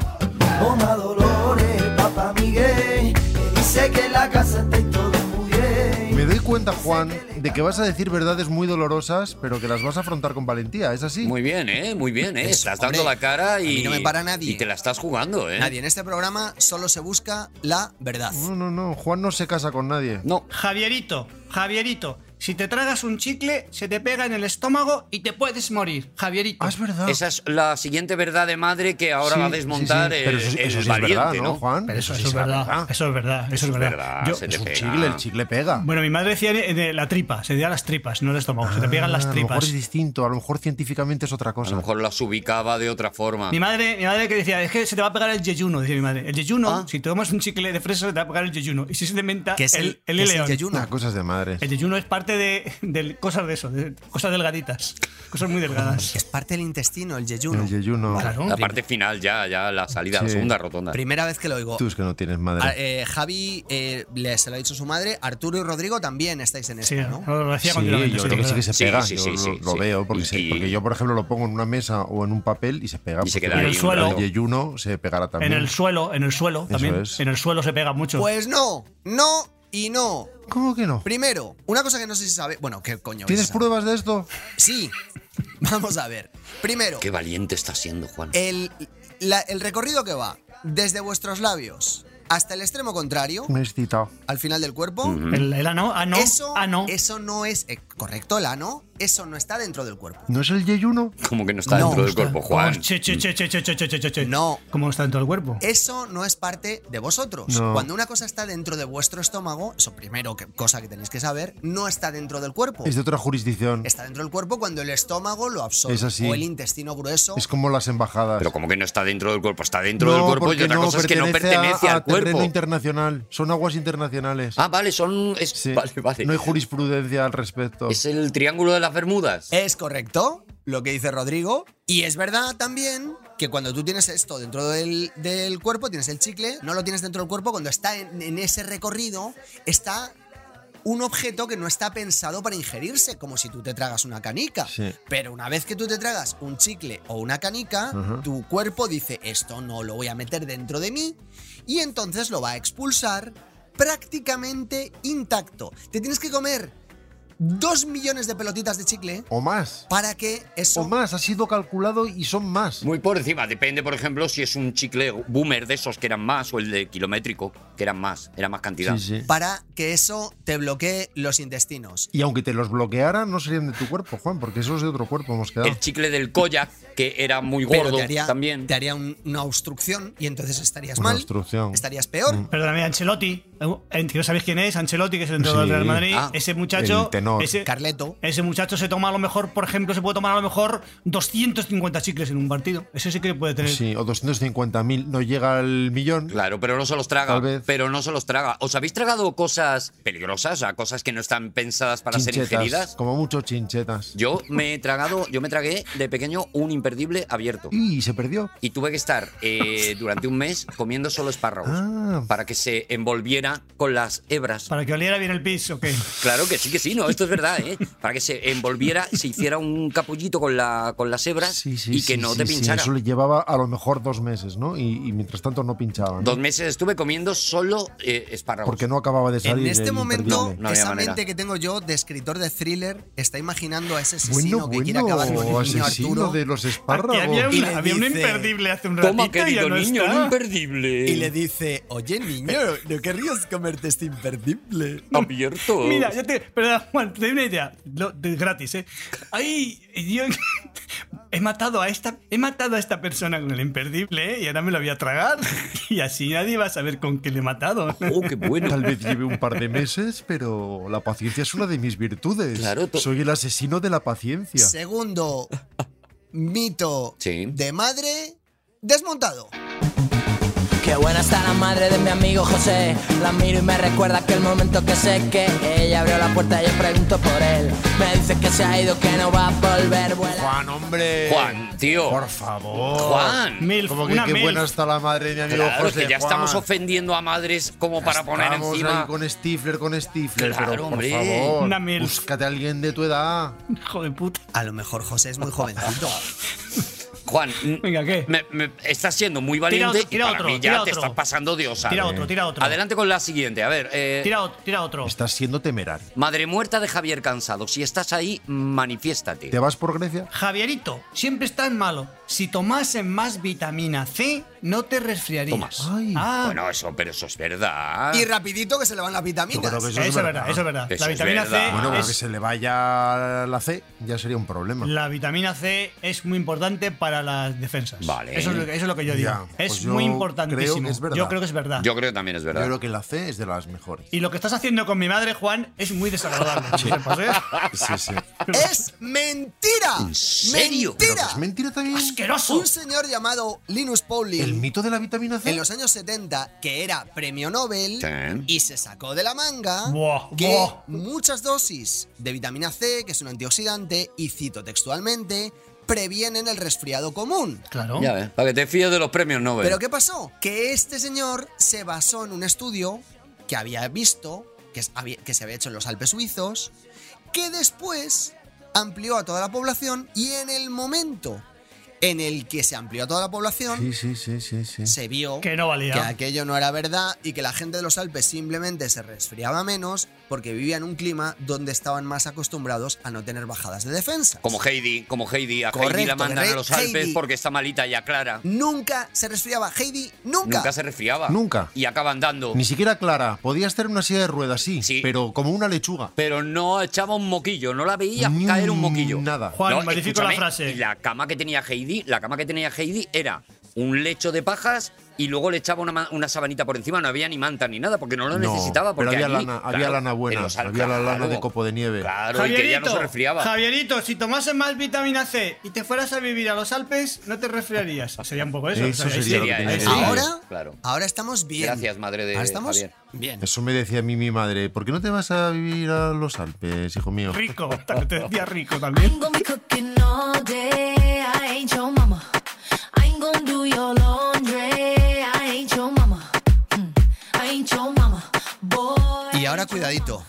S6: Toma Dolores, papá Miguel, que dice que la casa está y todo muy bien.
S2: Me doy cuenta, Juan, de que vas a decir verdades muy dolorosas, pero que las vas a afrontar con valentía, ¿es así?
S1: Muy bien, ¿eh? Muy bien, ¿eh?
S4: Eso,
S1: estás
S4: hombre,
S1: dando la cara y.
S4: a mí no me para nadie.
S1: Y te la estás jugando, ¿eh?
S4: Nadie, en este programa solo se busca la verdad.
S2: No, no, no. Juan no se casa con nadie.
S1: No.
S3: Javierito, Javierito, si te tragas un chicle, se te pega en el estómago y te puedes morir. Javierito.
S2: Ah, es verdad.
S1: Esa es la siguiente verdad de madre que ahora
S2: Sí,
S1: va a desmontar
S2: sí, sí.
S1: el,
S2: Pero eso, sí-
S1: el
S2: eso sí es
S1: valiente,
S2: verdad,
S1: ¿no?
S2: Juan?
S3: Pero eso,
S2: sí
S3: eso es
S2: la
S3: verdad, Eso es verdad. Eso, es verdad. Yo-
S1: se
S2: Es
S1: te
S2: un
S1: pega.
S2: chicle, el chicle pega.
S3: bueno, mi madre decía en, en la tripa, se decía las tripas, no el estómago, se te pegan
S2: Ah,
S3: las
S2: A lo mejor
S3: tripas.
S2: es distinto, a lo mejor científicamente es otra
S1: A
S2: cosa.
S1: lo mejor las ubicaba de otra forma.
S3: Mi madre, mi madre que decía, es que se te va a pegar el yeyuno, decía mi madre. El yeyuno,
S1: Ah.
S3: si tomas un chicle de fresa, se te va a pegar el yeyuno. Y si se te inventa
S4: Que es
S3: el,
S4: el,
S3: el,
S4: que es el
S3: ileón.
S4: yeyuno.
S2: Ah, cosas de madres.
S3: El yeyuno es parte de, de cosas de eso, de cosas delgaditas, cosas muy delgadas.
S4: Es parte del intestino, el yeyuno.
S2: El yeyuno.
S3: Claro.
S1: La parte final ya, ya la salida, la
S2: Sí.
S1: segunda rotonda.
S4: Primera vez que lo oigo.
S2: Tú es que no tienes
S3: Ah,
S4: A-
S2: madre.
S4: eh, Javi eh, le- se lo ha dicho su madre. Arturo y Rodrigo también estáis en
S3: Sí,
S4: esta, ¿no?
S3: lo lo decía
S2: Sí,
S3: continuamente.
S2: yo
S3: sí,
S2: creo que sí que se
S1: Sí,
S2: pega.
S1: sí,
S2: yo
S1: sí,
S2: lo,
S1: sí,
S2: lo
S1: sí.
S2: veo porque,
S1: Y-
S2: se- porque yo, por ejemplo, lo pongo en una mesa o en un papel y se pega.
S1: Y se
S2: porque
S1: queda
S3: en
S1: ahí
S3: el
S1: un
S3: suelo.
S1: rato.
S2: El yeyuno se pegará también.
S3: En el suelo, en el suelo también.
S2: es.
S3: En el suelo se pega mucho.
S4: Pues no, no y no.
S2: ¿Cómo que no?
S4: Primero, una cosa que no sé si sabe. Bueno, ¿qué coño? vais
S2: ¿Tienes
S4: a saber?
S2: pruebas de esto?
S4: Sí. <laughs> Vamos a ver. Primero,
S1: Qué valiente está siendo, Juan.
S4: el, la- el recorrido que va desde vuestros labios hasta el extremo contrario,
S2: Me he excitado.
S4: al final del cuerpo.
S3: el, el ano, ano,
S4: Eso,
S2: ah,
S3: ano.
S4: eso no es eh, correcto, el ano. Eso no está dentro del cuerpo.
S2: ¿No es el yeyuno?
S1: Como que no está
S4: No,
S1: dentro del cuerpo, Juan.
S3: Che, che, che, che, che, che, che, che, che, che.
S4: No. Eh.
S3: ¿Cómo está en todo el cuerpo?
S4: Eso no es parte de vosotros.
S2: No.
S4: Cuando una cosa está dentro de vuestro estómago, eso primero que, cosa que tenéis que saber, no está dentro del cuerpo.
S2: Es de otra jurisdicción.
S4: Está dentro del cuerpo cuando el estómago lo absorbe
S2: Es así.
S4: o el intestino grueso.
S2: Es como las embajadas.
S1: Pero como que no está dentro del cuerpo, está dentro del
S2: No,
S1: cuerpo y
S2: porque
S1: otra cosa es que no
S2: a-
S1: pertenece
S2: a
S1: al cuerpo.
S2: terreno internacional. Son aguas internacionales.
S1: Ah, vale, son. es-
S2: Sí.
S1: Vale, vale.
S2: No hay jurisprudencia al respecto.
S1: es el triángulo de las Bermudas.
S2: Eh.
S4: Es correcto lo que dice Rodrigo. Y es verdad también que cuando tú tienes esto dentro del, del cuerpo, tienes el chicle, no lo tienes dentro del cuerpo, cuando está en, en ese recorrido, está un objeto que no está pensado para ingerirse, como si tú te tragas una canica.
S2: Sí.
S4: Pero una vez que tú te tragas un chicle o una canica, tu cuerpo dice, esto no lo voy a meter dentro de mí, y entonces lo va a expulsar prácticamente intacto. Te tienes que comer dos millones de pelotitas de chicle
S2: O más.
S4: para que eso
S2: O más. Ha sido calculado y son más.
S1: Muy por encima, depende, por ejemplo, si es un chicle boomer de esos que eran más o el de kilométrico, que eran más, era más cantidad.
S2: Sí, sí.
S4: para que eso te bloquee los intestinos.
S2: Y aunque te los bloquearan, no serían de tu cuerpo, Juan, porque eso es de otro cuerpo, hemos quedado.
S1: El chicle del koyak, que era muy
S4: Pero
S1: gordo
S4: te haría,
S1: también.
S4: te haría un- una obstrucción y entonces estarías
S2: Una
S4: mal,
S2: obstrucción. Mm.
S4: estarías peor.
S3: Perdóname, Ancelotti. eh, que ¿No sabéis quién es? Ancelotti, que es el entrenador
S2: Sí.
S3: del Real Madrid.
S1: Ah,
S3: ese muchacho.
S2: el tenor.
S3: Ese,
S4: Carleto,
S3: ese muchacho se toma a lo mejor, por ejemplo, se puede tomar a lo mejor 250 chicles en un partido. Ese sí que puede tener.
S2: Sí, o 250.000, no llega al millón.
S1: Claro, pero no se los traga.
S2: Tal vez.
S1: Pero no se los traga. ¿Os habéis tragado cosas peligrosas, o sea, cosas que no están pensadas para ser
S2: chinchetas,
S1: ingeridas?
S2: como mucho chinchetas.
S1: Yo me he tragado, yo me tragué de pequeño un imperdible abierto.
S2: Y se perdió.
S1: Y tuve que estar eh, durante un mes comiendo solo espárragos
S2: Ah.
S1: para que se envolviera con las hebras.
S3: Para que oliera bien el pis, ¿o qué?
S1: Claro que sí, que sí, no, esto es verdad, ¿eh? Para que se envolviera, se hiciera un capullito con, la, con las hebras
S2: Sí, sí,
S1: y que
S2: sí,
S1: no
S2: sí,
S1: te
S2: sí,
S1: pinchara.
S2: Eso le llevaba a lo mejor dos meses, ¿no? Y, y mientras tanto no pinchaba. ¿no?
S1: Dos meses estuve comiendo solo eh, espárragos.
S2: Porque no acababa de salir.
S4: en este
S2: el
S4: momento,
S2: imperdible.
S1: No había
S4: esa
S1: manera.
S4: mente que tengo yo de escritor de thriller está imaginando a ese
S2: Bueno,
S4: asesino Este que quiere acabar con
S2: bueno,
S4: el niño
S2: asesino
S4: Arturo
S2: de los
S3: Aquí había
S2: espárragos.
S3: un,
S4: Y le
S3: había un
S4: dice,
S3: imperdible hace un ratito
S1: Toma,
S3: y ya
S1: querido
S3: no
S1: niño,
S3: está.
S1: un imperdible.
S4: y le dice, oye niño, ¿no querrías comerte este imperdible?
S1: Abierto.
S3: <laughs> Mira, ya te. Pero, Juan, te doy una idea. Lo- de- gratis, ¿eh? ¡Ay! Yo he matado a esta. He matado a esta persona con el imperdible, ¿eh? Y ahora me lo voy a tragar. <laughs> Y así nadie va a saber con qué le he matado. <laughs>
S1: Oh, qué bueno.
S2: Tal vez lleve un par de meses, pero la paciencia es una de mis virtudes.
S1: Claro, to-
S2: Soy el asesino de la paciencia.
S4: <laughs> Segundo mito
S1: Sí.
S4: de madre desmontado.
S8: Qué buena está la madre de mi amigo José. La miro y me recuerda aquel momento que sé que ella abrió la puerta y yo pregunto por él. Me dice que se ha ido, que no va a volver. Vuela.
S2: Juan, hombre.
S1: Juan, tío.
S2: Por favor.
S1: Juan.
S3: Milf,
S2: Como que
S3: una
S2: qué
S3: milf.
S2: buena está la madre de mi amigo
S1: Claro,
S2: José.
S1: que ya
S2: Juan.
S1: estamos ofendiendo a madres como para poner
S2: Estamos
S1: encima.
S2: ahí con Stifler, con Stifler.
S1: Claro,
S2: pero por
S1: hombre.
S2: favor,
S3: Una milf.
S2: búscate a alguien de tu edad.
S3: <laughs> Hijo de puta.
S4: A lo mejor José es muy jovencito.
S1: Juan, n-
S3: Venga, ¿qué?
S1: me- me- estás siendo muy valiente
S3: otro, tira
S1: y para
S3: otro,
S1: mí
S3: tira
S1: ya te
S3: otro.
S1: estás pasando de osado.
S3: Tira otro, tira otro.
S1: Adelante con la siguiente. A ver, eh,
S3: Tira, o- tira otro.
S2: Estás siendo temerario.
S1: Madre muerta de Javier Cansado. Si estás ahí, manifiéstate.
S2: ¿Te vas por Grecia?
S3: Javierito, siempre estás malo. Si tomasen más vitamina C, no te resfriarías.
S1: Tomas.
S2: Ay.
S3: Ah,
S1: Bueno, eso, pero eso es verdad.
S4: y rapidito que se le van las vitaminas.
S2: Ah. Yo creo que
S3: eso, es verdad, eso es verdad.
S1: Eso
S3: la
S1: es
S3: vitamina
S1: verdad.
S3: C
S2: Bueno, pero
S3: es-
S2: que se le vaya la C ya sería un problema.
S3: La vitamina C es muy importante para las defensas.
S1: Vale.
S3: Eso es lo que, eso es lo que yo digo.
S2: Ya,
S3: es
S2: pues yo
S3: muy
S2: creo
S3: importantísimo.
S2: que es verdad.
S3: Yo creo que es verdad.
S1: Yo creo que también es
S2: Yo
S1: verdad.
S2: creo que la C es de las mejores.
S3: Y lo que estás haciendo con mi madre, Juan, es muy desagradable. <laughs> que sepas, ¿eh?
S2: <laughs> Sí, sí.
S4: ¡Es mentira!
S1: ¿En serio?
S2: Pero que
S4: ¡Mentira!
S2: es mentira también.
S3: ¡Asqueroso!
S4: Un señor llamado Linus
S2: El
S4: Pauling
S2: mito de la vitamina C.
S4: en los años 70, que era premio Nobel,
S1: Sí.
S4: y se sacó de la manga
S3: Buah,
S4: que
S3: buah.
S4: muchas dosis de vitamina C, que es un antioxidante, y cito textualmente, previenen el resfriado común.
S3: Claro.
S1: Ya ves, para que te fíes de los premios Nobel.
S4: Pero ¿qué pasó? Que este señor se basó en un estudio que había visto, que, es- había- que se había hecho en los Alpes suizos, que después amplió a toda la población y en el momento en el que se amplió a toda la población,
S2: Sí, sí, sí, sí, sí.
S4: se vio
S3: Que no valía.
S4: que aquello no era verdad y que la gente de los Alpes simplemente se resfriaba menos porque vivía en un clima donde estaban más acostumbrados a no tener bajadas de defensa.
S1: Como Heidi, como Heidi. A Heidi la
S4: Correcto,
S1: mandan a
S4: Rey-
S1: los Alpes
S4: Heidi.
S1: porque está malita ya Clara.
S4: Nunca se resfriaba Heidi, nunca.
S1: Nunca se resfriaba.
S2: Nunca.
S1: Y acaban dando.
S2: Ni siquiera Clara. Podías tener una silla de ruedas, sí,
S1: Sí.
S2: pero como una lechuga.
S1: Pero no echaba un moquillo, no la veía
S2: Ni
S1: caer un moquillo.
S2: Nada.
S3: Juan,
S1: No,
S3: modifico la
S1: escúchame,
S3: frase.
S1: y la cama que tenía Heidi, la cama que tenía Heidi era un lecho de pajas y luego le echaba una, ma- una sabanita por encima, no había ni manta ni nada porque no lo
S2: No,
S1: necesitaba
S2: pero
S1: porque
S2: había
S1: allí,
S2: lana-
S1: claro,
S2: había lana buena,
S1: en los al-
S2: había la lana
S1: claro,
S2: de copo de nieve.
S1: Claro, y que ya no
S3: Javierito,
S1: se resfriaba.
S3: Javierito, si tomases más vitamina C y te fueras a vivir a los Alpes, no te resfriarías. Sería un poco eso.
S2: Eso
S3: o sea, ahí sí.
S2: sería lo que
S3: Ahí
S2: tenía que
S3: sí.
S2: decir.
S4: Ahora,
S1: Claro.
S4: ahora estamos bien.
S1: Gracias, madre de
S2: ¿Ah,
S4: Ahora ¿Ah, estamos
S1: Javier.
S4: bien.
S2: Eso me decía a mí mi madre. ¿Por qué no te vas a vivir a los Alpes, hijo mío?
S3: Rico, también te decía rico también.
S9: gonna be cooking all day. I ain't your mama. I ain't gonna do your laundry. I ain't your mama. Mm. I ain't your mama. Boy.
S4: Y ahora cuidadito,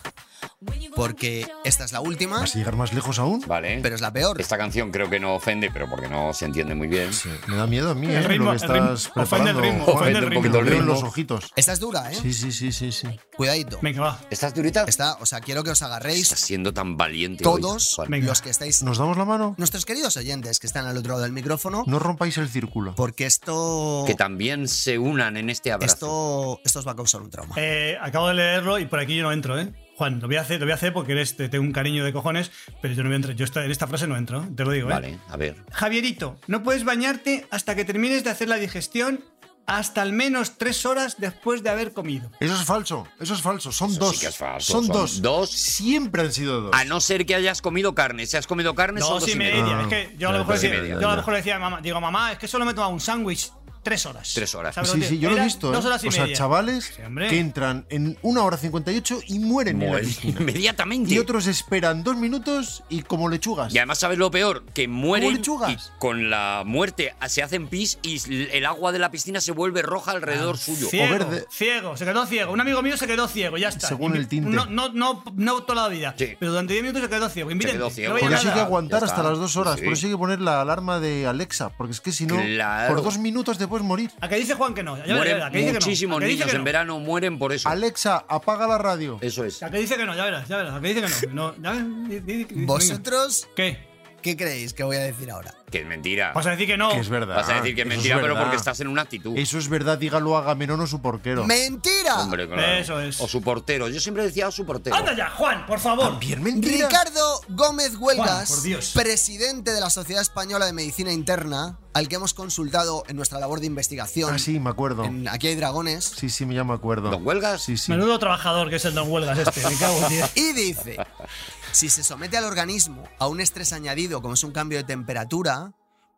S4: porque esta es la última,
S2: ¿Vas a llegar más lejos aún?
S1: Vale.
S4: pero es la peor.
S1: Esta canción creo que no ofende, pero porque no se entiende muy bien.
S2: Sí, Me da miedo a mí,
S3: El
S2: ¿eh?
S3: ritmo-
S2: lo que
S3: el ritmo.
S2: estás
S3: Ofende el
S2: preparando.
S3: ritmo,
S2: Juan,
S3: ofende el
S2: porque
S3: ritmo.
S2: lo veo en los
S1: Ritmo.
S2: ojitos.
S4: Esta es dura, ¿eh?
S2: Sí, sí, sí, sí, sí.
S4: Cuidadito.
S3: Venga, va.
S1: ¿Estás durita?
S4: Esta, o sea, quiero que os
S1: Estás
S4: agarréis
S1: siendo tan valiente. hoy,
S4: todos
S1: Juan.
S3: Venga.
S4: los que estáis,
S2: ¿Nos damos la mano?
S4: nuestros queridos oyentes que están al otro lado del micrófono,
S2: No rompáis el círculo.
S4: porque esto,
S1: Que también se unan en este abrazo.
S4: esto, esto os va a causar un trauma.
S3: Eh, acabo de leerlo y por aquí yo no entro, ¿eh? Juan, lo voy a hacer, lo voy a hacer porque eres, te tengo un cariño de cojones, pero yo no voy a entrar. Yo esta- en esta frase no entro, te lo digo, ¿eh?
S1: Vale, a ver.
S3: Javierito, no puedes bañarte hasta que termines de hacer la digestión hasta al menos tres horas después de haber comido.
S2: Eso es falso, eso es falso. Son
S1: Eso
S2: dos.
S1: sí que es falso,
S2: Son,
S1: son
S2: dos.
S1: dos.
S2: Siempre han sido dos.
S1: A no ser que hayas comido carne. Si has comido carne, son
S3: Dos
S1: dos
S3: y
S1: y medio.
S3: media.
S2: media.
S3: Es que yo a lo
S2: Ah,
S3: mejor,
S2: dos
S1: y
S3: decía-
S1: media,
S3: yo a lo
S2: ya.
S3: mejor le decía a mamá, digo, mamá, es que solo me he tomado un sándwich tres horas.
S1: Tres horas.
S3: ¿Sabes lo
S2: Sí,
S3: que
S2: sí,
S3: te-
S2: yo lo he
S3: Eran
S2: visto. ¿eh?
S3: Ah, Dos horas y
S2: o sea,
S3: media.
S2: chavales
S3: Sí, hombre.
S2: que entran en una hora 58 y
S1: <laughs>
S2: mueren en la
S1: Mueren
S2: piscina.
S1: Ah, inmediatamente.
S2: Y otros esperan dos minutos y como lechugas.
S1: Y además, ¿sabes lo peor? Que mueren
S2: lechugas.
S1: y con la muerte se hacen pis y l- el agua de la piscina se vuelve roja
S3: Ah,
S1: alrededor suyo.
S3: Ciego,
S2: verde.
S3: ciego, se quedó ciego. Un amigo mío se quedó ciego, ya está.
S2: Según
S3: Invi-
S2: el tinte.
S3: No, no, no, no toda la vida.
S1: Sí.
S3: Pero durante 10 minutos se quedó ciego. Invítente.
S1: quedó ciego.
S3: no veía
S2: Porque
S1: Ya
S2: así hay
S3: nada.
S2: que
S1: está,
S2: aguantar
S1: ya
S2: hasta
S1: está.
S2: las dos horas.
S1: Sí.
S2: Por eso hay que poner la alarma de Alexa. Porque es que si no,
S1: Claro.
S2: por dos minutos te puedes morir.
S3: ¿A que dice Juan que no? Ya verá,
S1: mueren
S3: verá, ¿a que dice que no?
S1: muchísimos
S3: ¿A que dice
S1: niños
S3: que
S1: en
S3: no?
S1: verano, mueren por eso.
S2: Alexa, apaga la radio.
S1: Eso es.
S3: ¿A que dice que no? Ya verás, ya verás. ¿A que dice que no? no ya verás, di- di- di-
S4: ¿Vosotros
S3: venga. ¿Qué?
S4: qué creéis que voy a decir ahora?
S1: Que es mentira.
S3: Vas a decir que no.
S2: Que es verdad.
S1: Vas a decir que es
S2: Eso
S1: mentira, pero
S2: verdad.
S1: porque estás en una actitud.
S2: Eso es verdad, dígalo a Agamenón o su porquero.
S4: ¡Mentira!
S1: Hombre, claro.
S3: Eso es.
S1: O su portero. Yo siempre decía o su portero.
S3: ¡Anda ya, Juan, por favor!
S2: Ah, Bien mentira.
S4: Ricardo Gómez Huelgas,
S3: Juan, por Dios.
S4: presidente de la Sociedad Española de Medicina Interna, al que hemos consultado en nuestra labor de investigación.
S2: Ah, sí, me acuerdo.
S4: en Aquí hay dragones.
S2: Sí, sí, ya me acuerdo.
S1: ¿Don Huelgas?
S2: Sí, sí.
S3: Menudo trabajador que es el Don Huelgas este. Me cago en diez.
S4: Y dice, si se somete al organismo a un estrés añadido como es un cambio de temperatura,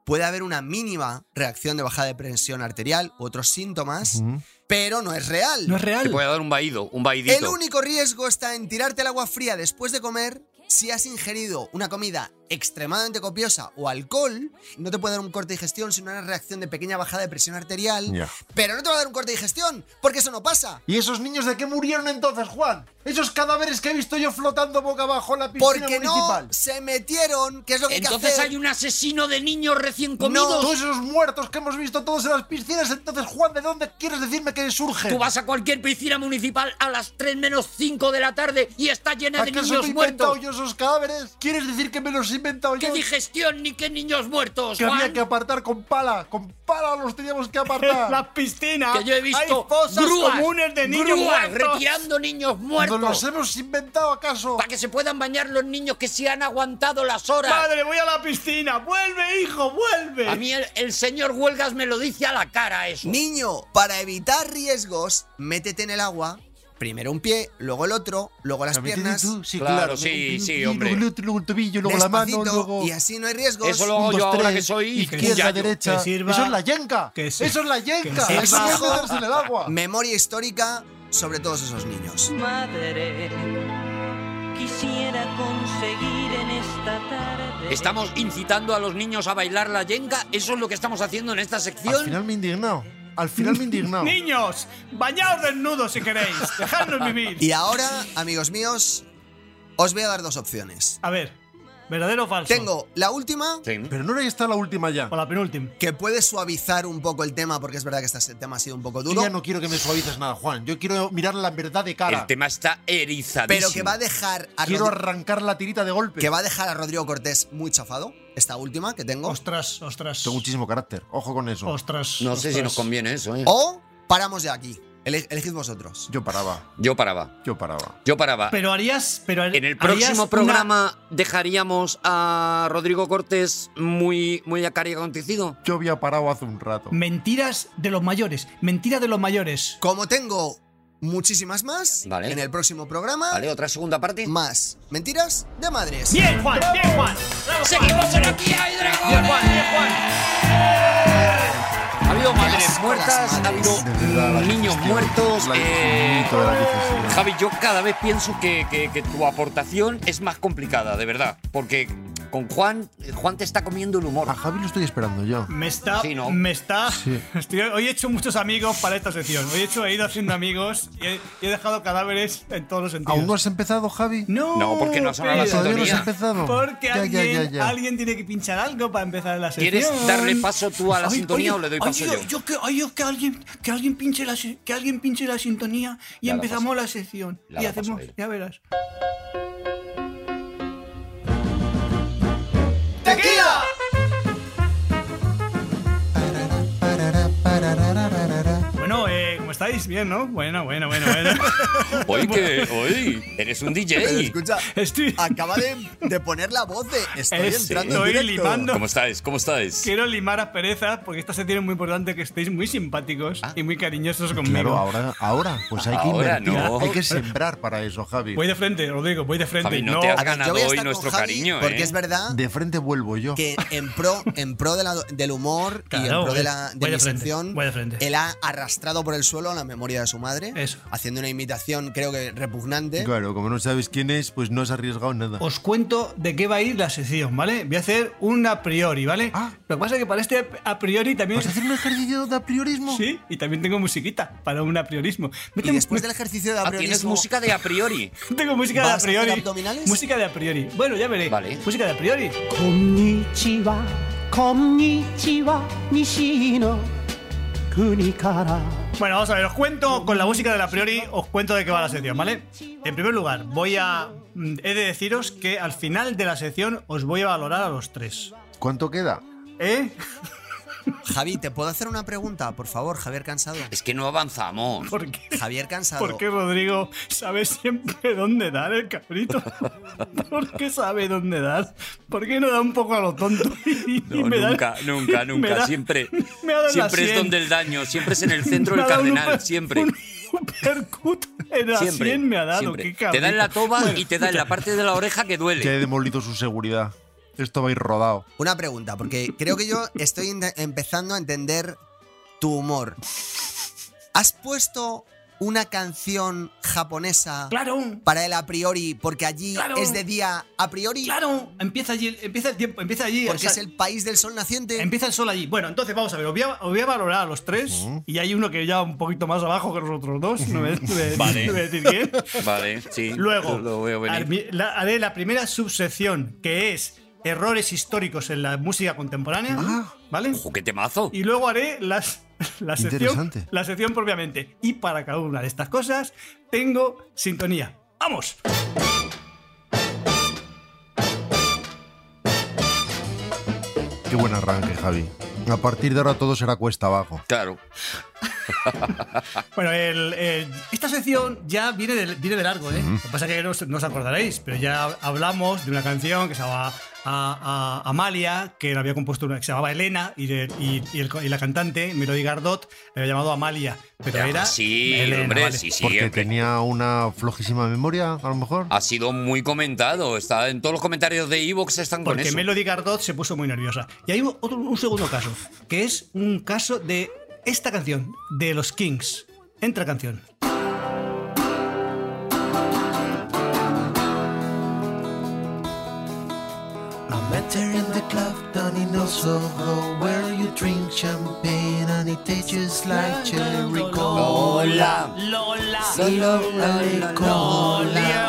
S4: puede haber una mínima reacción de bajada de presión arterial u otros síntomas,
S2: Mm,
S4: pero no es real.
S1: Te puede dar un vaído, un vaidito.
S4: El único riesgo está en tirarte el agua fría después de comer. Si has ingerido una comida extremadamente copiosa o alcohol, no te puede dar un corte de digestión, sino una reacción de pequeña bajada de presión arterial.
S2: Ya.
S4: Pero no te va a dar un corte de digestión, porque eso no pasa.
S2: ¿Y esos niños de qué murieron entonces, Juan? Esos cadáveres que he visto yo flotando boca abajo en la piscina
S4: Porque
S2: municipal.
S4: no se metieron, que es lo que
S1: Entonces
S4: hay que hacer.
S1: hay un asesino de niños recién comidos.
S2: Todos esos muertos que hemos visto todos en las piscinas, entonces, Juan, ¿de dónde quieres decirme que surge?
S1: Tú vas a cualquier piscina municipal a las 3 menos 5 de la tarde y está llena de
S2: ¿Acaso
S1: niños
S2: me he inventado
S1: muertos.
S2: yo esos cadáveres? ¿Quieres decir que me los he inventado
S1: ¿Qué
S2: yo?
S1: digestión ni qué niños muertos,
S2: Que había
S1: Juan?
S2: que apartar con pala, con pala los teníamos
S1: <laughs>
S2: que apartar.
S3: Las piscinas.
S1: Que yo he
S3: hay
S1: visto
S3: fosas
S1: grúas,
S3: comunes de niños
S1: grúas
S3: muertos.
S1: retirando niños
S2: ¿No
S1: muertos.
S2: los hemos inventado acaso?
S1: Para que se puedan bañar los niños que se han aguantado las horas.
S3: Madre, voy a la piscina. Vuelve, hijo, vuelve.
S1: A mí el, el señor Huelgas me lo dice a la cara eso.
S4: Niño, para evitar riesgos, métete en el agua. Primero un pie, luego el otro, luego las
S2: Métete
S4: piernas.
S2: tú, Sí,
S1: Claro,
S2: claro,
S1: sí,
S2: Métete un
S1: sí,
S2: pie,
S1: hombre.
S2: Luego el otro, luego el tobillo, luego la mano,
S4: despacito,
S2: luego...
S4: Y así no hay riesgos.
S1: Eso Pues lo hago
S2: Un,
S1: yo
S2: dos,
S1: ahora
S2: tres,
S1: que soy
S2: izquierda,
S1: yayo.
S2: derecha.
S3: Que sirva-
S2: Eso es la yenca.
S3: que
S2: Eso
S3: sir-
S2: es la yenca.
S3: que
S2: Eso
S3: sirva- <laughs>
S2: es meterse en el agua.
S4: Memoria histórica sobre todos esos niños.
S10: Madre, quisiera conseguir en esta tarde.
S1: Estamos incitando a los niños a bailar la yenga. Eso es lo que estamos haciendo en esta
S2: Al
S1: sección.
S2: final me he indignado. Al final me he indignado.
S3: Niños, bañaos desnudos si queréis. Dejadnos vivir.
S4: Y ahora, amigos míos, os voy a dar dos opciones.
S3: A ver, ¿verdadero o falso?
S4: Tengo la última,
S2: Pero no era esta la última ya.
S3: O la penúltima.
S4: que puede suavizar un poco el tema, porque es verdad que este tema ha sido un poco
S2: Yo
S4: duro,
S2: ya no quiero que me suavices nada, Juan. Yo quiero mirar la verdad de cara.
S1: El tema está erizadísimo.
S4: pero que va a dejar a
S2: Quiero
S4: Rodri-
S2: arrancar la tirita de golpe.
S4: que va a dejar a Rodrigo Cortés muy chafado. Esta última que tengo.
S3: Ostras, ostras.
S2: Tengo muchísimo carácter. Ojo con eso.
S3: Ostras.
S1: No sé si
S3: ostras.
S1: nos conviene eso, ¿eh? <laughs>
S4: O paramos ya aquí. Ele- elegid vosotros.
S2: Yo paraba.
S1: Yo paraba.
S2: Yo paraba.
S1: Yo paraba.
S3: Pero harías. Pero har-
S1: en el
S3: harías
S1: próximo
S3: una-
S1: programa dejaríamos a Rodrigo Cortés muy, muy acontecido.
S2: Yo había parado hace un rato.
S3: Mentiras de los mayores. Mentira de los mayores.
S4: Como tengo muchísimas más
S1: Vale.
S4: en el próximo programa,
S1: Vale, otra segunda parte.
S4: más mentiras de madres.
S3: Bien, Juan, bien, Juan. Bravo, Juan.
S1: Seguimos en aquí hay dragones.
S3: Bien, Juan, bien, Juan.
S1: Ha habido madres
S4: asco
S1: muertas,
S4: las
S1: ha habido Mm,
S4: madres.
S2: De verdad, la
S1: niños
S2: digestión,
S1: muertos.
S2: la
S1: eh,
S2: digestión, la digestión.
S1: Javi, yo cada vez pienso que, que- que tu aportación es más complicada, de verdad. Porque con Juan, Juan te está comiendo el humor.
S2: A Javi lo estoy esperando yo.
S3: Me está.
S1: Sí, ¿no?
S3: Me está.
S2: Sí.
S3: <laughs> estoy- hoy he hecho muchos amigos para esta sección. Hoy he, hecho, he ido haciendo amigos y he, y he dejado cadáveres en todos los sentidos.
S2: ¿Aún no has empezado, Javi?
S3: No,
S1: No, porque no ha sonado la
S3: pero-
S2: ¿Todavía no has
S1: sintonía.
S2: empezado?
S3: Porque
S2: Ya, ya,
S3: alguien,
S2: ya, ya.
S3: alguien tiene que pinchar algo para empezar la sección.
S1: ¿Quieres darle paso tú a la sintonía o le doy
S3: ay,
S1: paso yo?
S3: yo que, ay, yo que alguien, que alguien pinche la, se- que alguien pinche la sintonía y
S1: Ya la
S3: empezamos la sección.
S1: Ya
S3: y
S1: la paso
S3: hacemos,
S1: él.
S3: ya verás. Bueno, eh, ¿cómo estáis? Bien, ¿no? Bueno, bueno,
S1: <laughs>
S3: bueno, bueno.
S1: Oye, que, oye, eres un
S4: Pero
S1: DJ.
S4: escucha,
S3: Estoy-
S4: acaba de, de poner la voz de estoy
S3: Ese,
S4: entrando
S3: estoy
S4: en directo.
S3: limando.
S1: ¿Cómo estáis? ¿Cómo estáis?
S3: Quiero limar asperezas porque esta sección es muy importante que estéis muy simpáticos y muy cariñosos conmigo.
S2: Claro, ahora, ahora, pues hay que
S1: Ahora
S2: invertir.
S1: no.
S2: Hay que sembrar para eso, Javi.
S3: Voy de frente, os digo, voy de frente.
S1: Javi, no
S3: no,
S1: te
S4: A
S1: hagas-
S4: ver,
S1: ganado
S4: yo voy a
S1: hoy
S4: estar con
S1: nuestro
S4: Javi
S1: cariño,
S4: Porque
S1: ¿eh?
S4: es verdad
S2: De frente vuelvo yo.
S4: que en pro, en pro de la- del humor y
S3: Claro,
S4: en pro de
S3: voy-
S4: la de
S3: voy de
S4: mi
S3: frente,
S4: sección,
S3: voy de frente.
S4: él ha arrastrado por el suelo la memoria de su madre,
S3: Eso.
S4: haciendo una imitación creo que repugnante.
S2: Claro, como no sabes quién es, pues no has arriesgado nada.
S3: Os cuento de qué va a ir la sección, ¿vale? Voy a hacer un a priori, ¿vale?
S2: Ah.
S3: Lo que pasa es que para este a priori también.
S2: ¿Vas a hacer un ejercicio de apriorismo?
S3: Sí, y también tengo musiquita para un a priorismo.
S4: Y después del ejercicio de
S1: Ah, tienes
S4: apriorismo,
S1: música de a priori.
S3: <laughs> Tengo música de
S4: ¿Vas
S3: a
S4: a hacer
S3: priori.
S4: abdominales?
S3: Música de a priori. Bueno, ya veré.
S1: Vale.
S3: Música de a priori.
S11: Konnichiwa, konnichiwa, Nishino, kuni kara.
S3: Bueno, vamos a ver, os cuento con la música de la priori, os cuento de qué va la sección, ¿vale? En primer lugar, voy a. mm, He de deciros que al final de la sección os voy a valorar a los tres.
S2: ¿Cuánto queda?
S3: ¿Eh? <laughs>
S4: Javi, ¿te puedo hacer una pregunta, por favor, Javier Cansado?
S1: Es que no avanzamos.
S3: ¿Por qué?
S4: Javier Cansado.
S3: ¿Por qué Rodrigo sabe siempre dónde dar el
S1: <laughs>
S3: cabrito? ¿Por qué sabe dónde dar? ¿Por qué no da un poco a lo tonto? Y- y
S1: No,
S3: me da-
S1: nunca, nunca,
S3: <laughs> me
S1: nunca.
S3: da-
S1: siempre
S3: me ha dado la
S1: siempre es
S3: 100.
S1: donde el daño, siempre es en
S3: <laughs>
S1: el centro
S3: Me
S1: del
S3: ha dado un
S1: cardenal,
S3: per-
S1: siempre.
S3: Un, un percut en la
S1: Siempre,
S3: 100 me ha dado,
S1: siempre.
S3: qué
S1: Te da en la
S3: cabrito.
S1: toba y te da en la parte de la oreja que duele.
S2: Que he demolido su seguridad. Esto va a ir rodado.
S4: Una pregunta, porque creo que yo estoy in- empezando a entender tu humor. ¿Has puesto una canción japonesa para el a priori? Porque allí
S3: Claro.
S4: es de día a priori.
S3: Claro, empieza allí, el- empieza el tiempo, empieza allí.
S4: Porque es el país del sol naciente.
S3: Empieza el sol allí. Bueno, entonces vamos a ver, os voy a, os voy a valorar a los tres y hay uno que ya un poquito más abajo que los otros dos. No me, no me-
S1: Vale.
S3: no voy a decir quién.
S1: Vale, sí.
S3: Luego,
S1: lo veo venir.
S3: Armi- la- haré la primera subsección que es errores históricos en la música contemporánea. ¿Vale?
S1: Ojo, qué temazo.
S3: Y luego haré las, la, sección,
S1: Interesante.
S3: la sección propiamente. Y para cada una de estas cosas tengo sintonía. ¡Vamos!
S2: Qué buen arranque, Javi. A partir de ahora todo será cuesta abajo.
S1: Claro.
S3: Bueno, el- el- esta sección ya viene de, viene de largo, ¿eh? Lo que pasa es que no, os- no os acordaréis, pero ya hablamos de una canción que se llamaba a- a- Amalia, que la había compuesto una que se llamaba Elena, y, de- y- y el co- y la cantante, Melody Gardot, la había llamado Amalia, pero
S1: Ah,
S3: era.
S1: sí,
S3: Elena,
S1: hombre,
S3: vale.
S1: sí, sí.
S2: Porque
S1: hombre. Ah.
S2: tenía una flojísima memoria, a lo mejor.
S1: Ha sido muy comentado. Está en todos los comentarios de Evox están con
S3: Porque
S1: eso.
S3: Melody Gardot se puso muy nerviosa. Y hay un- otro, un segundo caso, que es un caso de esta canción, de los Kings. Entra canción.
S6: I met her in the club down in Osogo Where you drink champagne and it tastes just like cherry cola
S3: Lola.
S6: Sí, Lola,
S3: Lola.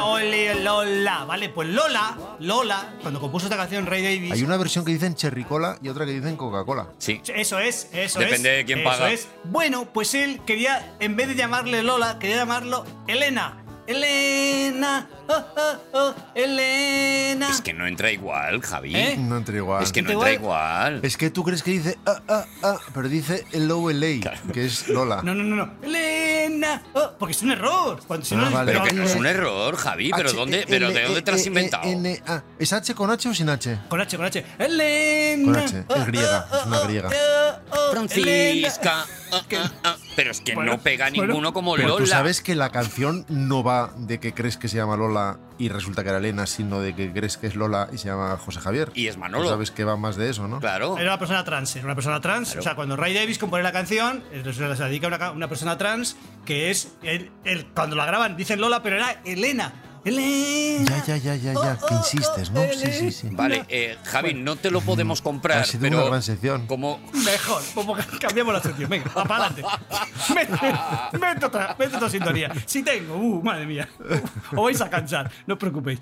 S3: Ole, ole, Lola. Vale, pues Lola, Lola, cuando compuso esta canción Ray Davis.
S2: Hay una versión que dicen Cherry Cola y otra que dicen Coca-Cola.
S1: Sí.
S3: Eso es, eso es.
S1: Depende de quién
S3: eso
S1: paga.
S3: es. Bueno, pues él quería, en vez de llamarle Lola, quería llamarlo Elena. Elena, oh, oh, oh, Elena.
S1: Es que no entra igual, Javi.
S3: ¿Eh?
S2: No entra igual.
S1: Es que no entra igual.
S2: Es que tú crees que dice ah, ah, ah, pero dice Low LA, que es Lola.
S3: No, no, no, no. Elena, oh, porque es un error. Cuando, si no,
S2: Ah, vale.
S1: Pero que no es
S2: Vale.
S1: un error, Javi. Pero, ¿dónde,
S2: E,
S1: pero ¿de dónde te lo has inventado?
S2: H-E-L-E-N-A. ¿Es H con H o sin H?
S3: Con H, con H. Elena. oh,
S2: Con H, es griega, es una griega.
S1: Francisca. ah, ah, ah. Pero es que no pega ninguno como
S2: Pero
S1: Lola.
S2: tú sabes que la canción no va de que crees que se llama Lola y resulta que era Elena, sino de que crees que es Lola y se llama José Javier.
S1: Y es
S2: Tú
S1: Manolo.
S2: sabes que va más de eso, ¿no?
S1: Claro.
S3: Era una persona trans, era una persona trans.
S1: Claro.
S3: O sea, cuando Ray Davis compone la canción, eh, se la dedica a una, ca- una persona trans que es. él- él- cuando la graban, dicen Lola, pero era Elena. Elena.
S2: Ya, ya, ya, ya, ya, que insistes, ¿no? Sí, sí, sí.
S1: Vale, eh, Javi, no te lo podemos
S2: Ha
S1: comprar,
S2: sido
S1: pero
S2: una gran sección.
S1: como
S3: Mejor, como que cambiamos la sección. Venga, va para adelante. Mete, mete otra, mete otra sintonía. Si tengo, uh, madre mía. Os vais a cansar, no os preocupéis.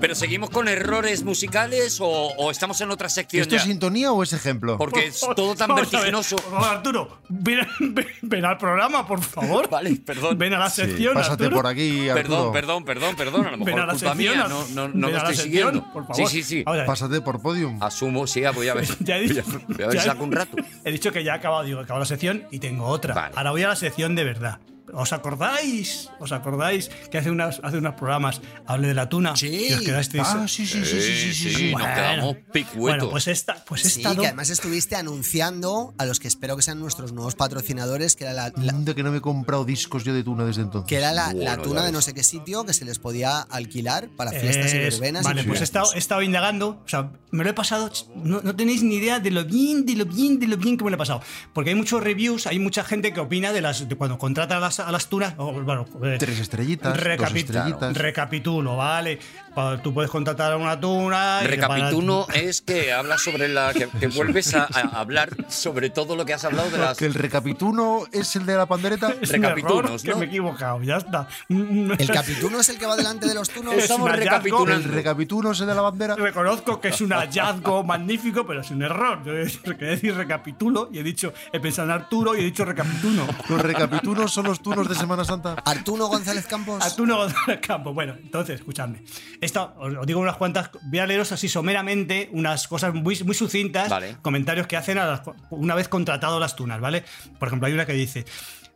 S1: ¿Pero seguimos con errores musicales o, o estamos en otra sección
S2: ¿Esto es
S1: ya?
S2: sintonía o es ejemplo?
S1: Porque es todo tan
S3: Vamos a ver,
S1: vertiginoso.
S3: por favor, Arturo, ven, ven- ven al programa, por favor.
S1: Vale, perdón.
S3: Ven a la
S2: Sí,
S3: sección.
S2: pásate
S3: Arturo.
S2: por aquí, Arturo.
S1: Perdón, perdón, perdón, perdón. A lo
S3: Ven
S1: mejor
S3: a la
S1: culpa
S3: sección,
S1: mía.
S3: Ar-
S1: No, no,
S3: ven
S1: no
S3: a
S1: lo
S3: la
S1: estoy
S3: sección,
S1: siguiendo.
S3: por
S1: sí,
S3: favor.
S1: sí, sí.
S3: Ahora,
S2: Pásate por podium.
S1: Asumo, sí, ah, voy a ver.
S3: <laughs> Ya he dicho-
S1: Voy a- voy a ver
S3: <laughs> ya
S1: si
S3: he-
S1: saco un rato.
S3: He dicho que ya he acabado, digo, he acabado la sección y tengo otra.
S1: Vale.
S3: Ahora voy a la sección de verdad. ¿Os acordáis? ¿Os acordáis que hace, unas, hace unos programas hablé de la tuna?
S4: Sí.
S3: Y os quedasteis.
S2: Ah, sí, sí, sí, sí, sí, sí. sí.
S1: nos
S3: Bueno.
S1: quedamos picuetos.
S3: Bueno, pues esta, pues
S4: Sí,
S3: esta. do-
S4: que además estuviste anunciando a los que espero que sean nuestros nuevos patrocinadores, que era la, la-
S2: De que no me he comprado discos yo de tuna desde entonces.
S4: que era la, la
S1: Bueno, ya
S4: tuna de
S1: ves.
S4: no sé qué sitio que se les podía alquilar para fiestas y
S3: Es-
S4: verbenas. y
S3: Vale, pues he
S4: cumpleaños.
S3: estado, he estado indagando. O sea, me lo he pasado. ch- No, no tenéis ni idea de lo bien, de lo bien, de lo bien que me lo he pasado. Porque hay muchos reviews, hay mucha gente que opina de las. de cuando contrata a las, a las tunas. o, bueno, eh,
S2: Tres estrellitas, dos
S3: recapit-
S2: estrellitas.
S3: Recapitulo, ¿vale? Pa- Tú puedes contratar a una tuna. y le pagas-
S1: Recapitulo es que hablas sobre la. que, que vuelves a, a hablar sobre todo lo que has hablado de las.
S2: Que el recapitulo es el de la pandereta.
S3: Es un error
S1: recapitunos,
S3: que
S1: ¿no?
S3: me he equivocado, ya está. Mm, <laughs>
S4: El capituno es el que va delante de los tunos.
S1: <laughs>
S3: Es
S1: Estamos
S3: un hallazgo.
S2: El
S1: recapitulando.
S2: recapitulo es el de la bandera.
S3: Reconozco que es un hallazgo magnífico, pero es un error. Yo he- quería decir recapitulo y he dicho, he pensado en Arturo y he dicho recapitulo.
S2: Los recapitulos son los turnos de Semana Santa.
S4: Arturo González Campos.
S3: Arturo <laughs> González Campos. Bueno, entonces, escuchadme. Esta, os os digo unas cuantas, voy a leeros así someramente unas cosas muy, muy sucintas,
S1: Vale.
S3: comentarios que hacen a las- una vez contratado las tunas, ¿vale? Por ejemplo, hay una que dice,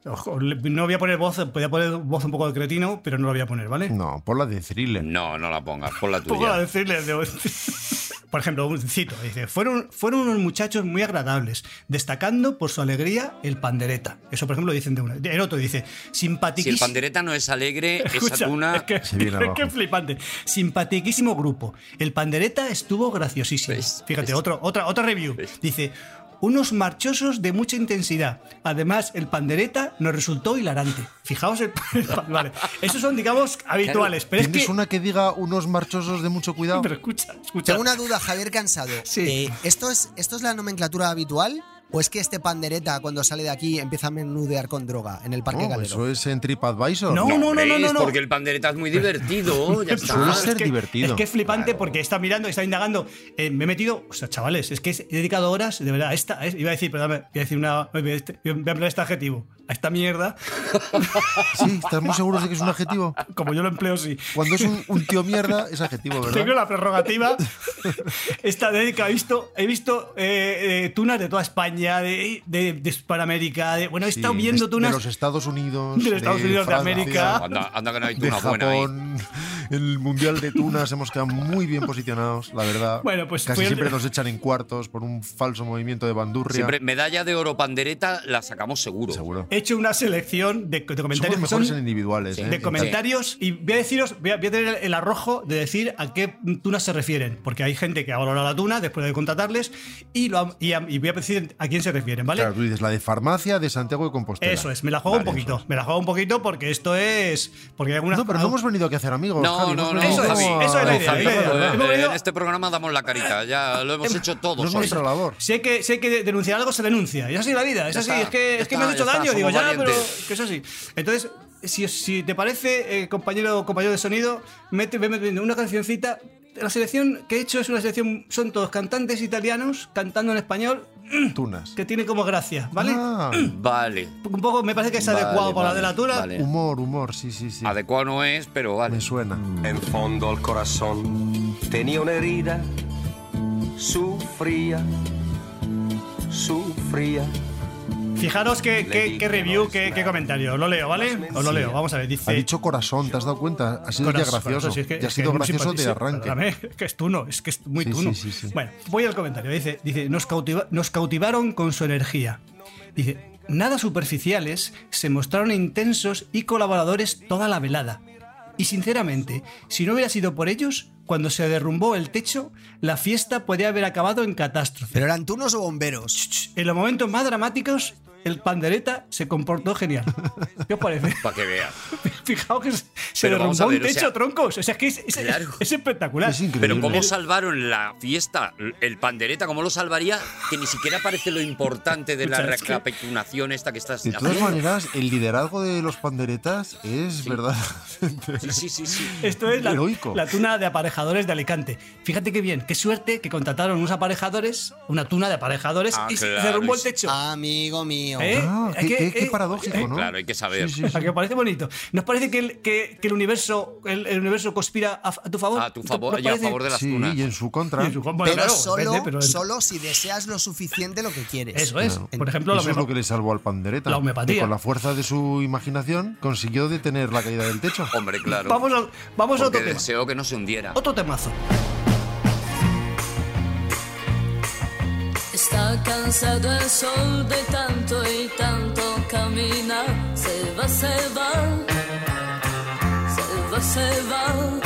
S3: ojo, le- no voy a poner voz, voy a poner voz un poco de cretino, pero no lo voy a poner, ¿vale?
S2: No, por la de thriller.
S1: No, no la pongas, pon la
S3: Un poco a
S1: tuya.
S3: decirle de- <laughs> por ejemplo, un cito, dice, fueron, fueron unos muchachos muy agradables, destacando por su alegría el pandereta. Eso, por ejemplo, dicen de una. El otro dice,
S1: Si el
S3: simpatiquísimo.
S1: pandereta no es alegre, es
S3: Escucha,
S1: atuna.
S3: es que,
S2: <laughs>
S3: es que flipante. Simpatiquísimo grupo. El pandereta estuvo graciosísimo. Fíjate, otro, otra, otra review. Dice, unos marchosos de mucha intensidad. Además, el pandereta nos resultó hilarante. Fijaos, el, <laughs> el pan- vale. esos son, digamos, habituales. pero es
S2: ¿Tienes
S3: que...
S2: una que diga unos marchosos de mucho cuidado?
S3: <laughs> Pero escucha, escucha.
S4: Tengo una duda, Javier Cansado. Eh, ¿esto, es, ¿Esto es la nomenclatura habitual? ¿O es que este pandereta cuando sale de aquí empieza a menudear con droga en el Parque
S2: No,
S4: Calero?
S2: Oh, eso es en TripAdvisor.
S1: hombre, es porque el pandereta es muy divertido. ya está.
S2: Suele
S3: Es
S2: ser
S3: que-
S2: divertido.
S3: Es que es flipante porque está mirando, está indagando. Eh, me he metido, o sea, chavales, es que he dedicado horas, de verdad, a esta, a esta- iba a decir, perdón, voy a decir una, voy a este- voy a emplear este adjetivo, a esta mierda.
S2: Sí, ¿estás muy seguro de que es un adjetivo?
S3: Como yo lo empleo, sí.
S2: Cuando es un, un tío mierda, es adjetivo,
S3: Tengo
S2: ¿verdad?
S3: la prerrogativa. Esta dedica, he visto, he visto eh, eh, tunas de toda España, de, de, de Hispanoamérica. de- bueno, he estado
S2: Sí,
S3: viendo
S2: de-
S3: tunas.
S2: De los Estados Unidos.
S3: <laughs> De los Estados Unidos de
S2: Francia,
S3: América.
S1: Anda, anda que no hay
S2: De
S1: tuna buena ahí.
S2: Japón, el Mundial de Tunas, hemos quedado muy bien posicionados, la verdad.
S3: Bueno, pues
S2: Casi
S3: fui el-
S2: siempre nos echan en cuartos por un falso movimiento de bandurria.
S1: Siempre medalla de oro pandereta la sacamos seguro. Seguro.
S3: He hecho una selección de, de comentarios
S2: Somos
S3: que
S2: mejores
S3: son-
S2: en individuales. ¿eh?
S3: de comentarios y voy a deciros, voy a, voy a tener el arrojo de decir a qué tuna se refieren, porque hay gente que ha valorado la tuna después de contratarles y, lo ha- y, a- y voy a decir a quién se refieren, ¿vale?
S2: Claro, tú dices la de farmacia de Santiago de Compostela.
S3: Eso es, me la juego
S2: Vale,
S3: un poquito, me la juego un poquito porque esto es porque hay algunas
S2: No, pero no hemos venido aquí a hacer amigos.
S1: No,
S2: Javi,
S1: no,
S2: hemos
S1: no.
S2: venido
S1: Javi,
S2: a-
S3: eso es la idea,
S1: Javi,
S3: la idea.
S1: joder,
S3: Hemos venido-
S1: En este programa damos la carita, ya lo hemos hecho
S2: No
S1: todos
S2: es
S1: hoy.
S2: nuestra labor.
S3: Si hay que, si hay que denunciar algo, se denuncia. Es así la vida. Es
S1: Ya
S3: así.
S1: está,
S3: es que,
S1: ya
S3: es que me has
S1: está,
S3: hecho
S1: ya está,
S3: daño. Digo,
S1: somos
S3: ya, pero
S1: valientes.
S3: que es así. Entonces, si, si te parece, eh, compañero compañero de sonido, mete, ve metiendo una cancioncita. La selección que he hecho es una selección. Son todos cantantes italianos cantando en español
S2: Tunas.
S3: Mm. que tiene como gracia, ¿vale?
S2: Ah,
S1: Vale.
S3: Un poco me parece que es
S1: Vale,
S3: adecuado para la
S1: vale,
S3: delatura.
S1: vale.
S2: Humor, humor, sí, sí, Pues sí.
S1: Adecuado no es, pero vale.
S2: Me suena.
S12: En fondo al corazón tenía una herida, sufría, sufría.
S3: Fijaros qué, qué, qué review, qué, qué comentario. Lo leo, ¿vale? Os lo leo. Vamos a ver.
S2: Ha
S3: Dice.
S2: dicho corazón, ¿te has dado cuenta? Ha sido
S3: Corazón,
S2: ya gracioso.
S3: corazón, sí, es que-
S2: ya ha
S3: es que
S2: sido
S3: es muy
S2: gracioso de
S3: simpático,
S2: arranque.
S3: perdóname, <laughs> es que es tuno, es que es muy
S2: Sí,
S3: tuno.
S2: sí, sí, sí.
S3: Bueno, voy al comentario. Dice, dice nos, cautiva- nos cautivaron con su energía. Dice, nada superficiales, se mostraron intensos y colaboradores toda la velada. Y sinceramente, si no hubiera sido por ellos, cuando se derrumbó el techo, la fiesta podría haber acabado en catástrofe.
S4: ¿Pero eran turnos o bomberos?
S3: En los momentos más dramáticos, el pandereta se comportó genial. ¿Qué os parece?
S1: Para que veas.
S3: <laughs> Fijaos que se
S1: Pero vamos
S3: derrumbó
S1: a ver,
S3: un
S1: o
S3: techo,
S1: sea-
S3: troncos. O sea, es que es, es-
S1: Claro.
S3: es espectacular.
S1: Pero cómo salvaron la fiesta, el pandereta, cómo lo salvaría, que ni siquiera parece lo importante de la
S2: Escucha, es que-
S1: recapitulación esta que estás
S2: De todas
S1: haciendo.
S2: maneras, el liderazgo de los panderetas es verdad.
S1: Sí, sí, sí, sí.
S3: Esto es la,
S2: Heroico.
S3: la tuna de aparejadores de Alicante. Fíjate qué bien, qué suerte que contrataron unos aparejadores, una tuna de aparejadores
S1: Ah,
S3: y se-
S1: claro, Ah,
S3: se derrumbó
S1: y
S3: el
S1: se-
S3: techo.
S4: Amigo mío.
S3: ¿Eh?
S2: Ah,
S3: Es
S2: qué-
S3: que-
S2: qué- qué
S3: eh,
S2: paradójico,
S3: eh,
S2: ¿no?
S1: Claro, hay que saber.
S3: ¿A que parece bonito? ¿Nos parece que el, que, que el universo el, el universo conspira a, a tu favor?
S1: A tu favor
S3: ¿Nos
S1: y a
S3: parece?
S1: favor de las
S2: Sí,
S1: tunas.
S2: y en su contra.
S3: Y en su- bueno,
S4: Pero,
S3: claro,
S4: solo,
S3: depende, pero-
S4: solo si deseas lo suficiente lo que quieres.
S3: Eso es. Por ejemplo,
S2: Eso
S3: la
S2: es lo
S3: homeopatía.
S2: que le salvó al pandereta.
S3: La homeopatía.
S2: que con la fuerza de su imaginación consiguió detener la caída del techo.
S1: Hombre, claro.
S3: Vamos a, vamos
S1: Porque
S3: a otro tema.
S1: deseo que no se hundiera.
S3: Otro temazo.
S13: Está cansado el sol de tanto y tanto caminar. Se va, se va. Se va, se va.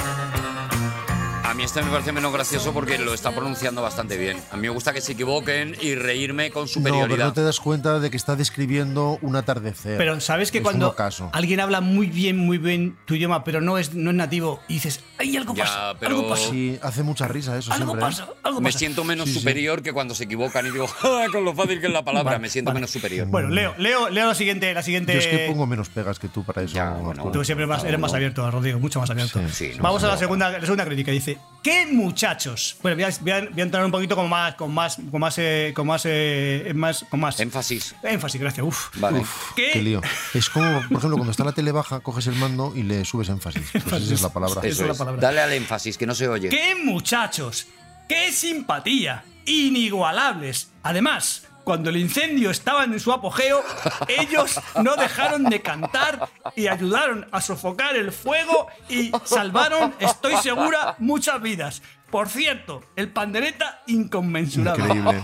S1: A mí este me parece menos gracioso porque lo está pronunciando bastante bien. A mí me gusta que se equivoquen y reírme con
S2: No, pero
S1: superioridad.
S2: no te das cuenta de que está describiendo un atardecer.
S3: Pero sabes que
S2: Es un
S3: cuando
S2: ocaso.
S3: alguien habla muy bien, muy bien tu idioma, pero no es, no es nativo, y dices, ¡ay, algo
S1: Ya,
S3: pasa!
S1: pero-
S3: Algo pasa.
S2: Sí, hace mucha risa eso
S3: Algo
S2: siempre. ¿eh?
S3: pasa, algo
S1: me
S3: pasa.
S1: siento menos
S2: Sí, sí.
S1: superior que cuando se equivocan y digo, <laughs> "Ah, con lo fácil que es la palabra,
S3: Vale,
S1: me siento menos superior.
S3: Bueno, Leo, Leo, Leo la siguiente, la siguiente.
S2: Yo es que pongo menos pegas que tú para eso. Arturo.
S3: Tú siempre más- eres más abierto, Rodrigo, mucho más abierto.
S2: Sí, no,
S3: Vamos a la
S2: no.
S3: segunda, la segunda crítica. Dice, ¿qué muchachos? Bueno, voy a, voy a- voy a entrar un poquito con más, con más, con más, eh, con más, eh, más, con más
S1: énfasis.
S3: Énfasis, gracias. Uf.
S1: Vale.
S2: Uf,
S3: ¿Qué?
S2: ¿Qué? lío. Es como, por ejemplo, cuando está la tele baja, coges el mando y le subes énfasis. Pues esa es la palabra.
S1: Eso es. Dale al énfasis, que no se oye.
S3: ¡Qué muchachos! ¡Qué simpatía! Inigualables. Además, cuando el incendio estaba en su apogeo, ellos no dejaron de cantar y ayudaron a sofocar el fuego y salvaron, estoy segura, muchas vidas. Por cierto, el pandereta inconmensurable.
S2: Increíble.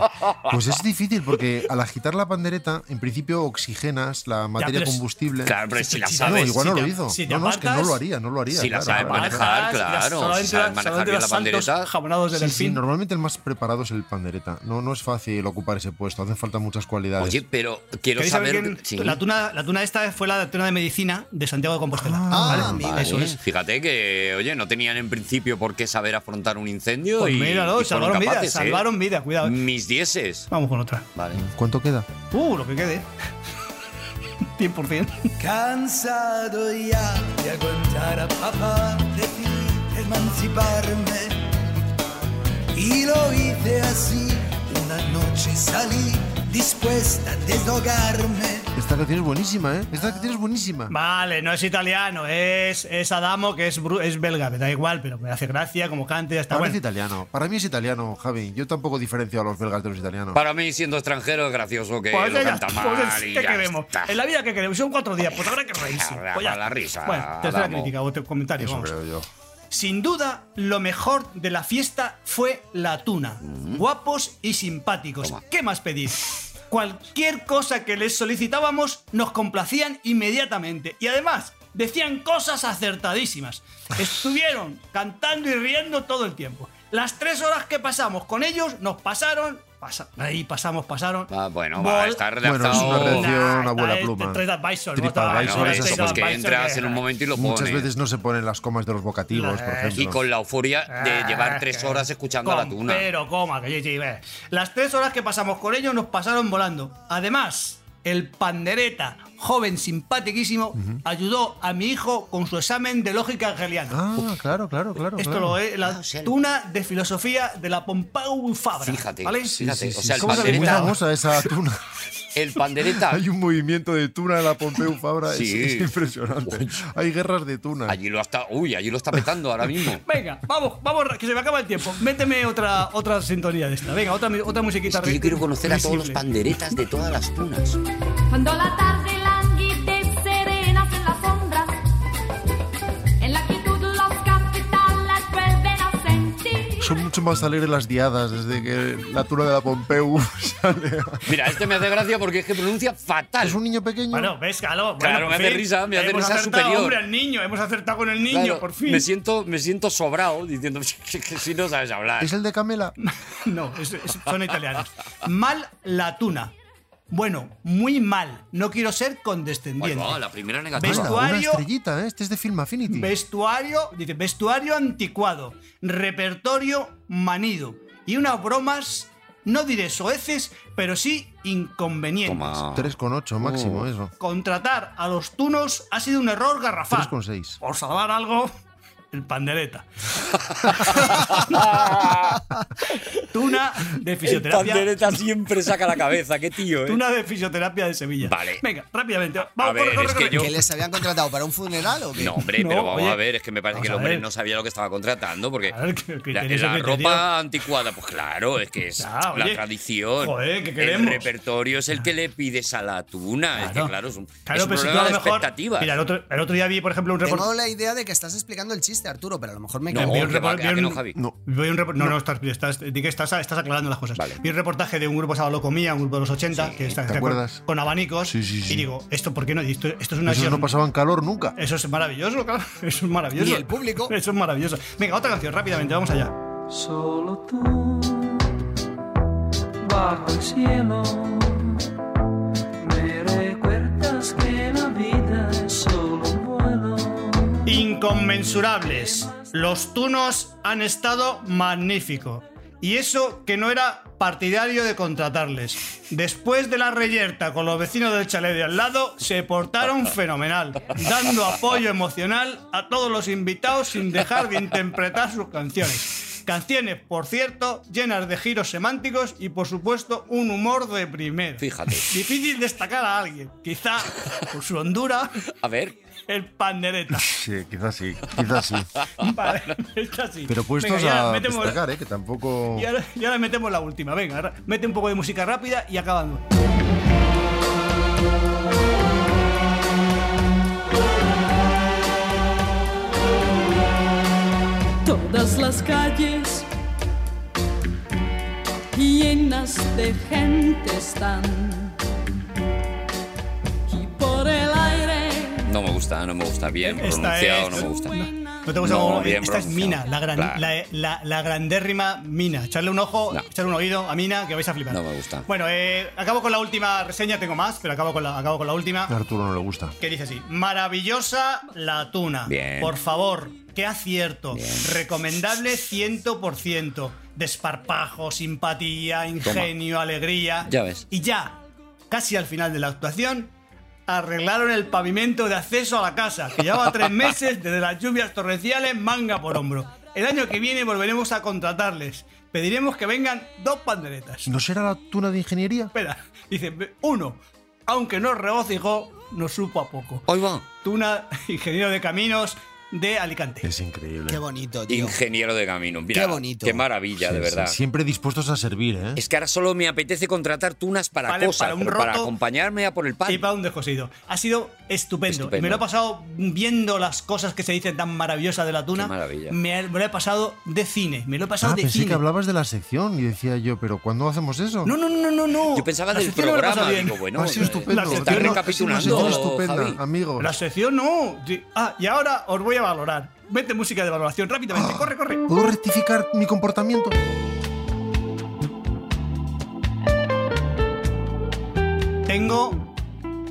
S2: Pues es difícil porque al agitar la pandereta, en principio oxigenas la materia
S3: pero es-
S2: combustible.
S1: Claro, pero si la
S2: No,
S1: sabes,
S2: igual no
S1: si
S2: lo
S1: te-
S2: hizo.
S1: si te
S2: no, no, es que no
S1: apartas,
S2: lo haría, no lo haría.
S1: si la sabe manejar, claro, si sabe manejar bien la pandereta.
S3: jabonados de
S2: Sí, sí,
S3: delfín.
S2: normalmente el más preparado es el pandereta. No, no es fácil ocupar ese puesto, hacen falta muchas cualidades.
S1: Oye, pero quiero
S3: ¿Queréis
S1: saber.
S3: quién-
S1: Sí.
S3: la, tuna, la tuna esta fue la tuna de medicina de Santiago de Compostela. Ah, Vale,
S1: Vale,
S3: Eso es.
S1: Fíjate que, oye, no tenían en principio por qué saber afrontar un incendio
S3: Pues
S1: y,
S3: míralo,
S1: y fueron
S3: salvaron vidas,
S1: capaces, ¿eh?
S3: salvaron vidas, cuidado.
S1: Mis dieces.
S3: Vamos con otra.
S1: Vale.
S2: ¿Cuánto queda?
S3: Uh, lo que quede. <laughs> 100%.
S14: Cansado ya de aguantar a papá, decidí emanciparme. Y lo hice así, una noche salí dispuesta a deshogarme.
S2: Esta canción es buenísima, ¿eh? Esta canción es buenísima.
S3: Vale, no es italiano, es, es Adamo, que es, bru- es belga, me da igual, pero me hace gracia, como cante, ya está
S2: Para mí es
S3: bueno.
S2: italiano. Para mí es italiano, Javi. Yo tampoco diferencio a los belgas de los italianos.
S1: Para mí, siendo extranjero, es gracioso que
S3: Pues
S1: lo
S3: ya
S1: canta
S3: está,
S1: mal.
S3: pues
S1: y
S3: ¿Qué
S1: ya
S3: queremos?
S1: está.
S3: En la vida que queremos, son cuatro días, pues habrá que reírse.
S1: Habrá
S3: Pues ya
S1: para la
S3: está.
S1: risa,
S3: Bueno, tercera
S1: Adamo.
S3: crítica o te- comentario,
S2: Eso
S3: vamos.
S2: creo yo.
S3: Sin duda, lo mejor de la fiesta fue la tuna. Guapos y simpáticos. ¿Qué más pedir? Cualquier cosa que les solicitábamos nos complacían inmediatamente. Y además, decían
S1: <laughs>
S3: cosas acertadísimas. Estuvieron cantando y riendo todo el tiempo. Las tres horas que pasamos con ellos nos pasaron... pasa- ahí pasamos, pasaron...
S1: Ah, bueno, va a estar
S2: Bueno,
S1: redactado.
S2: es una redacción a
S3: Nah, eh,
S2: buena
S3: está-
S2: pluma.
S3: Trade Advisor,
S2: Trip
S3: ¿no?
S2: Advisor,
S1: Bueno,
S2: esas
S3: este
S1: eso, pues
S2: cosas.
S1: que entras en un momento y lo pones.
S2: Muchas veces no se ponen las comas de los vocativos, por ejemplo.
S1: Y con la euforia de llevar
S3: Ah,
S1: tres
S3: que-
S1: horas escuchando a la
S3: Con
S1: tuna.
S3: Pero coma, que sí, sí, ve. Las tres horas que pasamos con ellos nos pasaron volando. Además, el pandereta, joven simpaticísimo, ayudó a mi hijo con su examen de lógica hegeliana.
S2: Ah, claro, claro, claro.
S3: Esto
S2: claro.
S3: lo es
S1: Ah,
S3: la tuna de filosofía de la Pompeu Fabra.
S1: Fíjate,
S3: ¿vale?
S1: sí, fíjate.
S2: Sí,
S1: o
S2: sí,
S1: sea,
S2: es
S1: el
S2: como muy
S1: pandereta.
S2: famosa
S3: <laughs>
S2: esa tuna.
S1: El pandereta.
S2: Hay un movimiento de tuna en la Pompeu Fabra. es-
S1: Sí.
S2: Es, impresionante. Hay guerras de tuna.
S1: Allí lo está. Uy, allí lo está petando ahora mismo.
S3: Venga, vamos, vamos, que se me acaba el tiempo. Méteme otra, otra sintonía de esta. Venga, otra, otra musiquita.
S1: Es que yo quiero conocer a todos los panderetas de todas las tunas.
S15: Cuando la tarde languide serenas en las sombras, en la quietud los capitales vuelven a sentir.
S2: Son mucho más alegres las diadas desde que la tuna de la Pompeu <laughs> sale.
S1: Mira, este me hace gracia porque es que pronuncia fatal. Es
S2: un niño pequeño.
S3: Bueno, ves, Galo.
S1: Claro,
S3: bueno,
S1: me
S3: por
S1: hace
S3: fin.
S1: risa, me hace
S3: Hemos
S1: risa
S3: acertado,
S1: superior.
S3: Hombre, al niño, hemos acertado con el niño,
S1: Claro,
S3: por fin.
S1: Me siento, me siento sobrado diciendo <laughs> que si no sabes hablar.
S2: ¿Es el de Camela?
S3: ah. <laughs> No, es- es- son italianos. Mal la tuna. Bueno, muy mal. No quiero ser condescendiente.
S1: Ahí va, la primera negativa.
S2: Una
S3: Vestuario,
S2: estrellita, ¿eh? Este es de Film Affinity.
S3: vestuario, dice, vestuario anticuado, repertorio manido y unas bromas, no diré soeces, pero sí inconvenientes.
S2: 3,8 máximo,
S3: Oh.
S2: eso.
S3: Contratar a los tunos ha sido un error garrafal.
S2: 3,6.
S3: Por salvar algo, el pandereta. Tuna
S1: <laughs>
S3: de
S1: El
S3: fisioterapia.
S1: pandereta siempre saca la cabeza, qué tío, eh.
S3: Tuna de fisioterapia de Sevilla.
S1: Vale.
S3: Venga, rápidamente. Vamos,
S1: A
S3: corre,
S1: ver,
S3: corre,
S1: es que
S3: corre.
S1: yo-
S4: ¿Que les habían contratado para un funeral o qué?
S1: No, hombre, pero
S4: No,
S1: vamos
S4: oye,
S1: a ver, es que me parece que el
S4: vamos a
S1: hombre
S4: ver.
S1: no sabía lo que estaba contratando, porque
S3: que- que
S1: la,
S3: tiene ese
S1: la
S3: criterio.
S1: ropa anticuada, pues claro, es que es
S3: Ya,
S1: la
S3: oye,
S1: tradición.
S3: joder, ¿qué
S1: El
S3: queremos?
S1: repertorio es el que le pides a la tuna, es que claro, es un,
S3: Claro,
S1: es un
S3: pero si tú
S1: problema
S3: a
S1: de
S3: lo mejor.
S1: expectativas.
S3: Mira, el otro, el otro día vi, por ejemplo, un
S4: Tengo
S3: reportaje.
S4: la idea de que estás explicando el chiste, Arturo, pero a lo mejor me
S3: No,
S4: equivoco.
S3: que va, que va, que no, Javi.
S2: No.
S3: Vi un repor- no, no, estás, estás, di que estás, estás aclarando las cosas. Vi un reportaje de un grupo Sabalocomía, un grupo de los 80, que está
S2: ¿te acuerdas?
S3: con abanicos. Y digo, ¿esto por qué no? Y Esto, esto es Eh. una
S2: Esos no
S3: visión-
S2: pasaban calor nunca.
S3: Eso es maravilloso, claro. <laughs> Eso es maravilloso.
S4: Ni el público.
S3: Eso es maravilloso. Venga, otra canción, rápidamente, vamos allá.
S10: Solo tú, bajo el cielo, me recuerdas que la vida es solo un vuelo.
S3: Inconmensurables. Los tunos han estado magnífico. Y eso que no era partidario de contratarles. Después de la reyerta con los vecinos del chalet de al lado, se portaron fenomenal, dando apoyo emocional a todos los invitados sin dejar de interpretar sus canciones. Canciones, por cierto, llenas de giros semánticos y, por supuesto, un humor de primera.
S1: Fíjate.
S3: Difícil destacar a alguien, quizá por su hondura,
S1: A ver.
S3: el pandereta.
S2: Sí, quizás sí, quizás sí.
S3: <laughs> Vale, está así.
S2: Pero puestos
S3: Venga, y ahora
S2: a
S3: metemos-
S2: destacar, ¿eh? Que tampoco...
S3: Y ahora, y ahora metemos la última. Venga, ahora mete un poco de música rápida y acabando.
S13: Todas las calles llenas de gente están. Y por el aire
S1: No me gusta, no me gusta. Bien
S3: Esta
S1: pronunciado,
S3: es-
S1: no me gusta.
S3: No te gusta
S1: No,
S3: cómo-
S1: bien
S3: Esta es
S1: pronunciado.
S3: Mina, la, gran-
S1: Claro.
S3: la, la- la grandérrima Mina. Echarle un ojo, echarle un oído a Mina, que vais a flipar.
S1: No me gusta.
S3: Bueno, eh, acabo con la última reseña, tengo más, pero acabo con la, acabo con la última.
S2: A Arturo no le gusta.
S3: que dice así: Maravillosa la tuna.
S2: Bien.
S3: Por favor, qué acierto. Recomendable 100%. Desparpajo, simpatía, ingenio, alegría.
S1: Ya ves.
S3: Y ya, casi al final de la actuación, arreglaron el pavimento de acceso a la casa, que
S1: <laughs>
S3: llevaba tres meses desde las lluvias torrenciales, manga por hombro. El año que viene volveremos a contratarles. Pediremos que vengan dos panderetas.
S2: ¿No será la tuna de ingeniería?
S3: Espera, dice, uno, aunque no regocijó, nos supo a poco.
S1: Hoy va.
S3: Tuna, <laughs> ingeniero de caminos de Alicante.
S2: Es increíble.
S4: Qué bonito, tío.
S1: Ingeniero de camino. Mira,
S4: Qué bonito.
S1: Qué maravilla,
S2: Sí,
S1: de
S2: sí,
S1: verdad.
S2: Siempre dispuestos a servir, ¿eh?
S1: Es que ahora solo me apetece contratar tunas para
S3: Vale,
S1: cosas,
S3: para un
S1: pero para
S3: roto.
S1: acompañarme a por el
S3: Y
S1: pan.
S3: para un descosido. Ha sido estupendo.
S1: Estupendo.
S3: Y Me lo he pasado viendo las cosas que se dicen tan maravillosas de la tuna.
S1: Qué maravilla.
S3: Me, me lo he pasado de cine. Me lo he pasado
S2: Ah,
S3: de
S2: pensé
S3: cine.
S2: que hablabas de la sección y decía yo, pero ¿cuándo hacemos eso?
S3: No, no, no, no, no.
S1: Yo pensaba
S3: La
S1: del
S3: sección no me la he pasado
S1: programa,
S3: bien.
S1: digo, bueno,
S2: Ha sido
S1: eh,
S2: estupendo.
S3: la
S2: Ha sido
S3: sección
S2: una-
S3: no-
S2: ha sido una
S1: recapitulando,
S2: sección estupenda,
S1: Javi.
S2: amigos.
S3: La sección no. Di- Ah, y ahora os voy a valorar. Vete música de valoración rápidamente. Corre, corre.
S2: ¿Puedo rectificar mi comportamiento?
S3: Tengo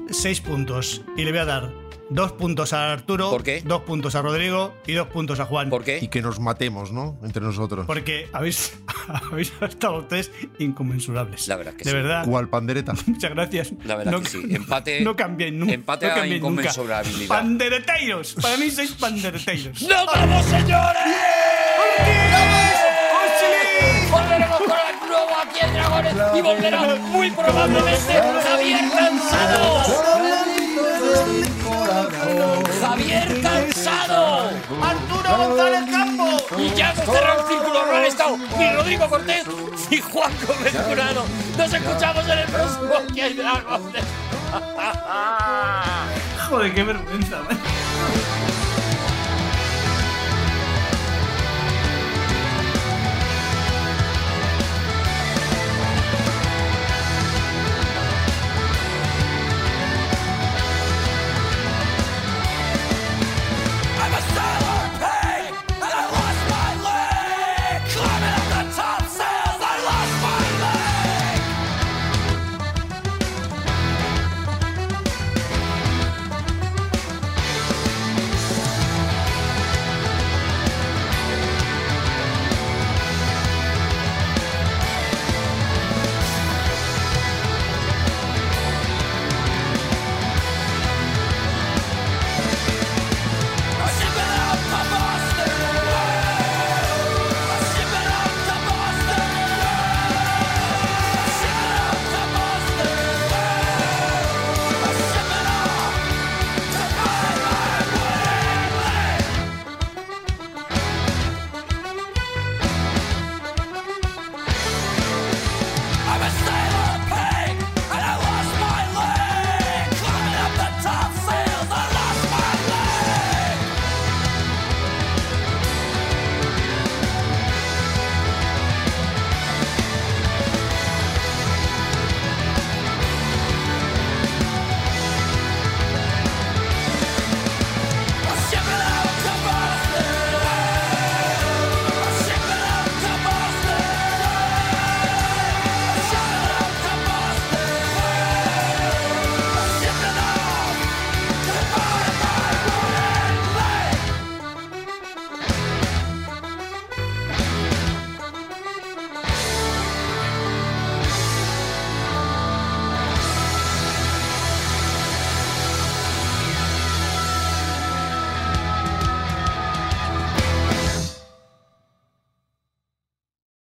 S3: seis puntos y le voy a dar dos puntos a Arturo,
S1: ¿Por qué?
S3: dos puntos a Rodrigo y dos puntos a Juan.
S1: ¿Por
S2: Y
S1: qué?
S2: que nos matemos, ¿no? Entre nosotros.
S3: Porque habéis, <laughs> habéis estado ustedes inconmensurables.
S1: La verdad que
S3: de
S1: sí.
S3: verdad,
S2: ¿Cuál pandereta?
S3: muchas gracias.
S1: La verdad
S3: No
S1: que sí.
S3: cam-
S1: Empate.
S3: No cambiéis nunca.
S1: Empate
S3: no
S1: a
S3: cambiéis nunca.
S1: inconmensurabilidad.
S3: Pandereteiros. Para mí sois
S1: <laughs>
S3: pandereteiros.
S1: ¡Nos vamos, señores!
S7: Volveremos con el nuevo aquí en Dragones y volverá muy probablemente Javier Cansado. Javier Cansado. Arturo González Campo. Y ya hemos cerrado el círculo. No han estado ni Rodrigo Cortés ni Juan Gómez Jurado. Nos escuchamos en el próximo aquí en Dragones.
S3: Joder, qué vergüenza, ¿eh? man.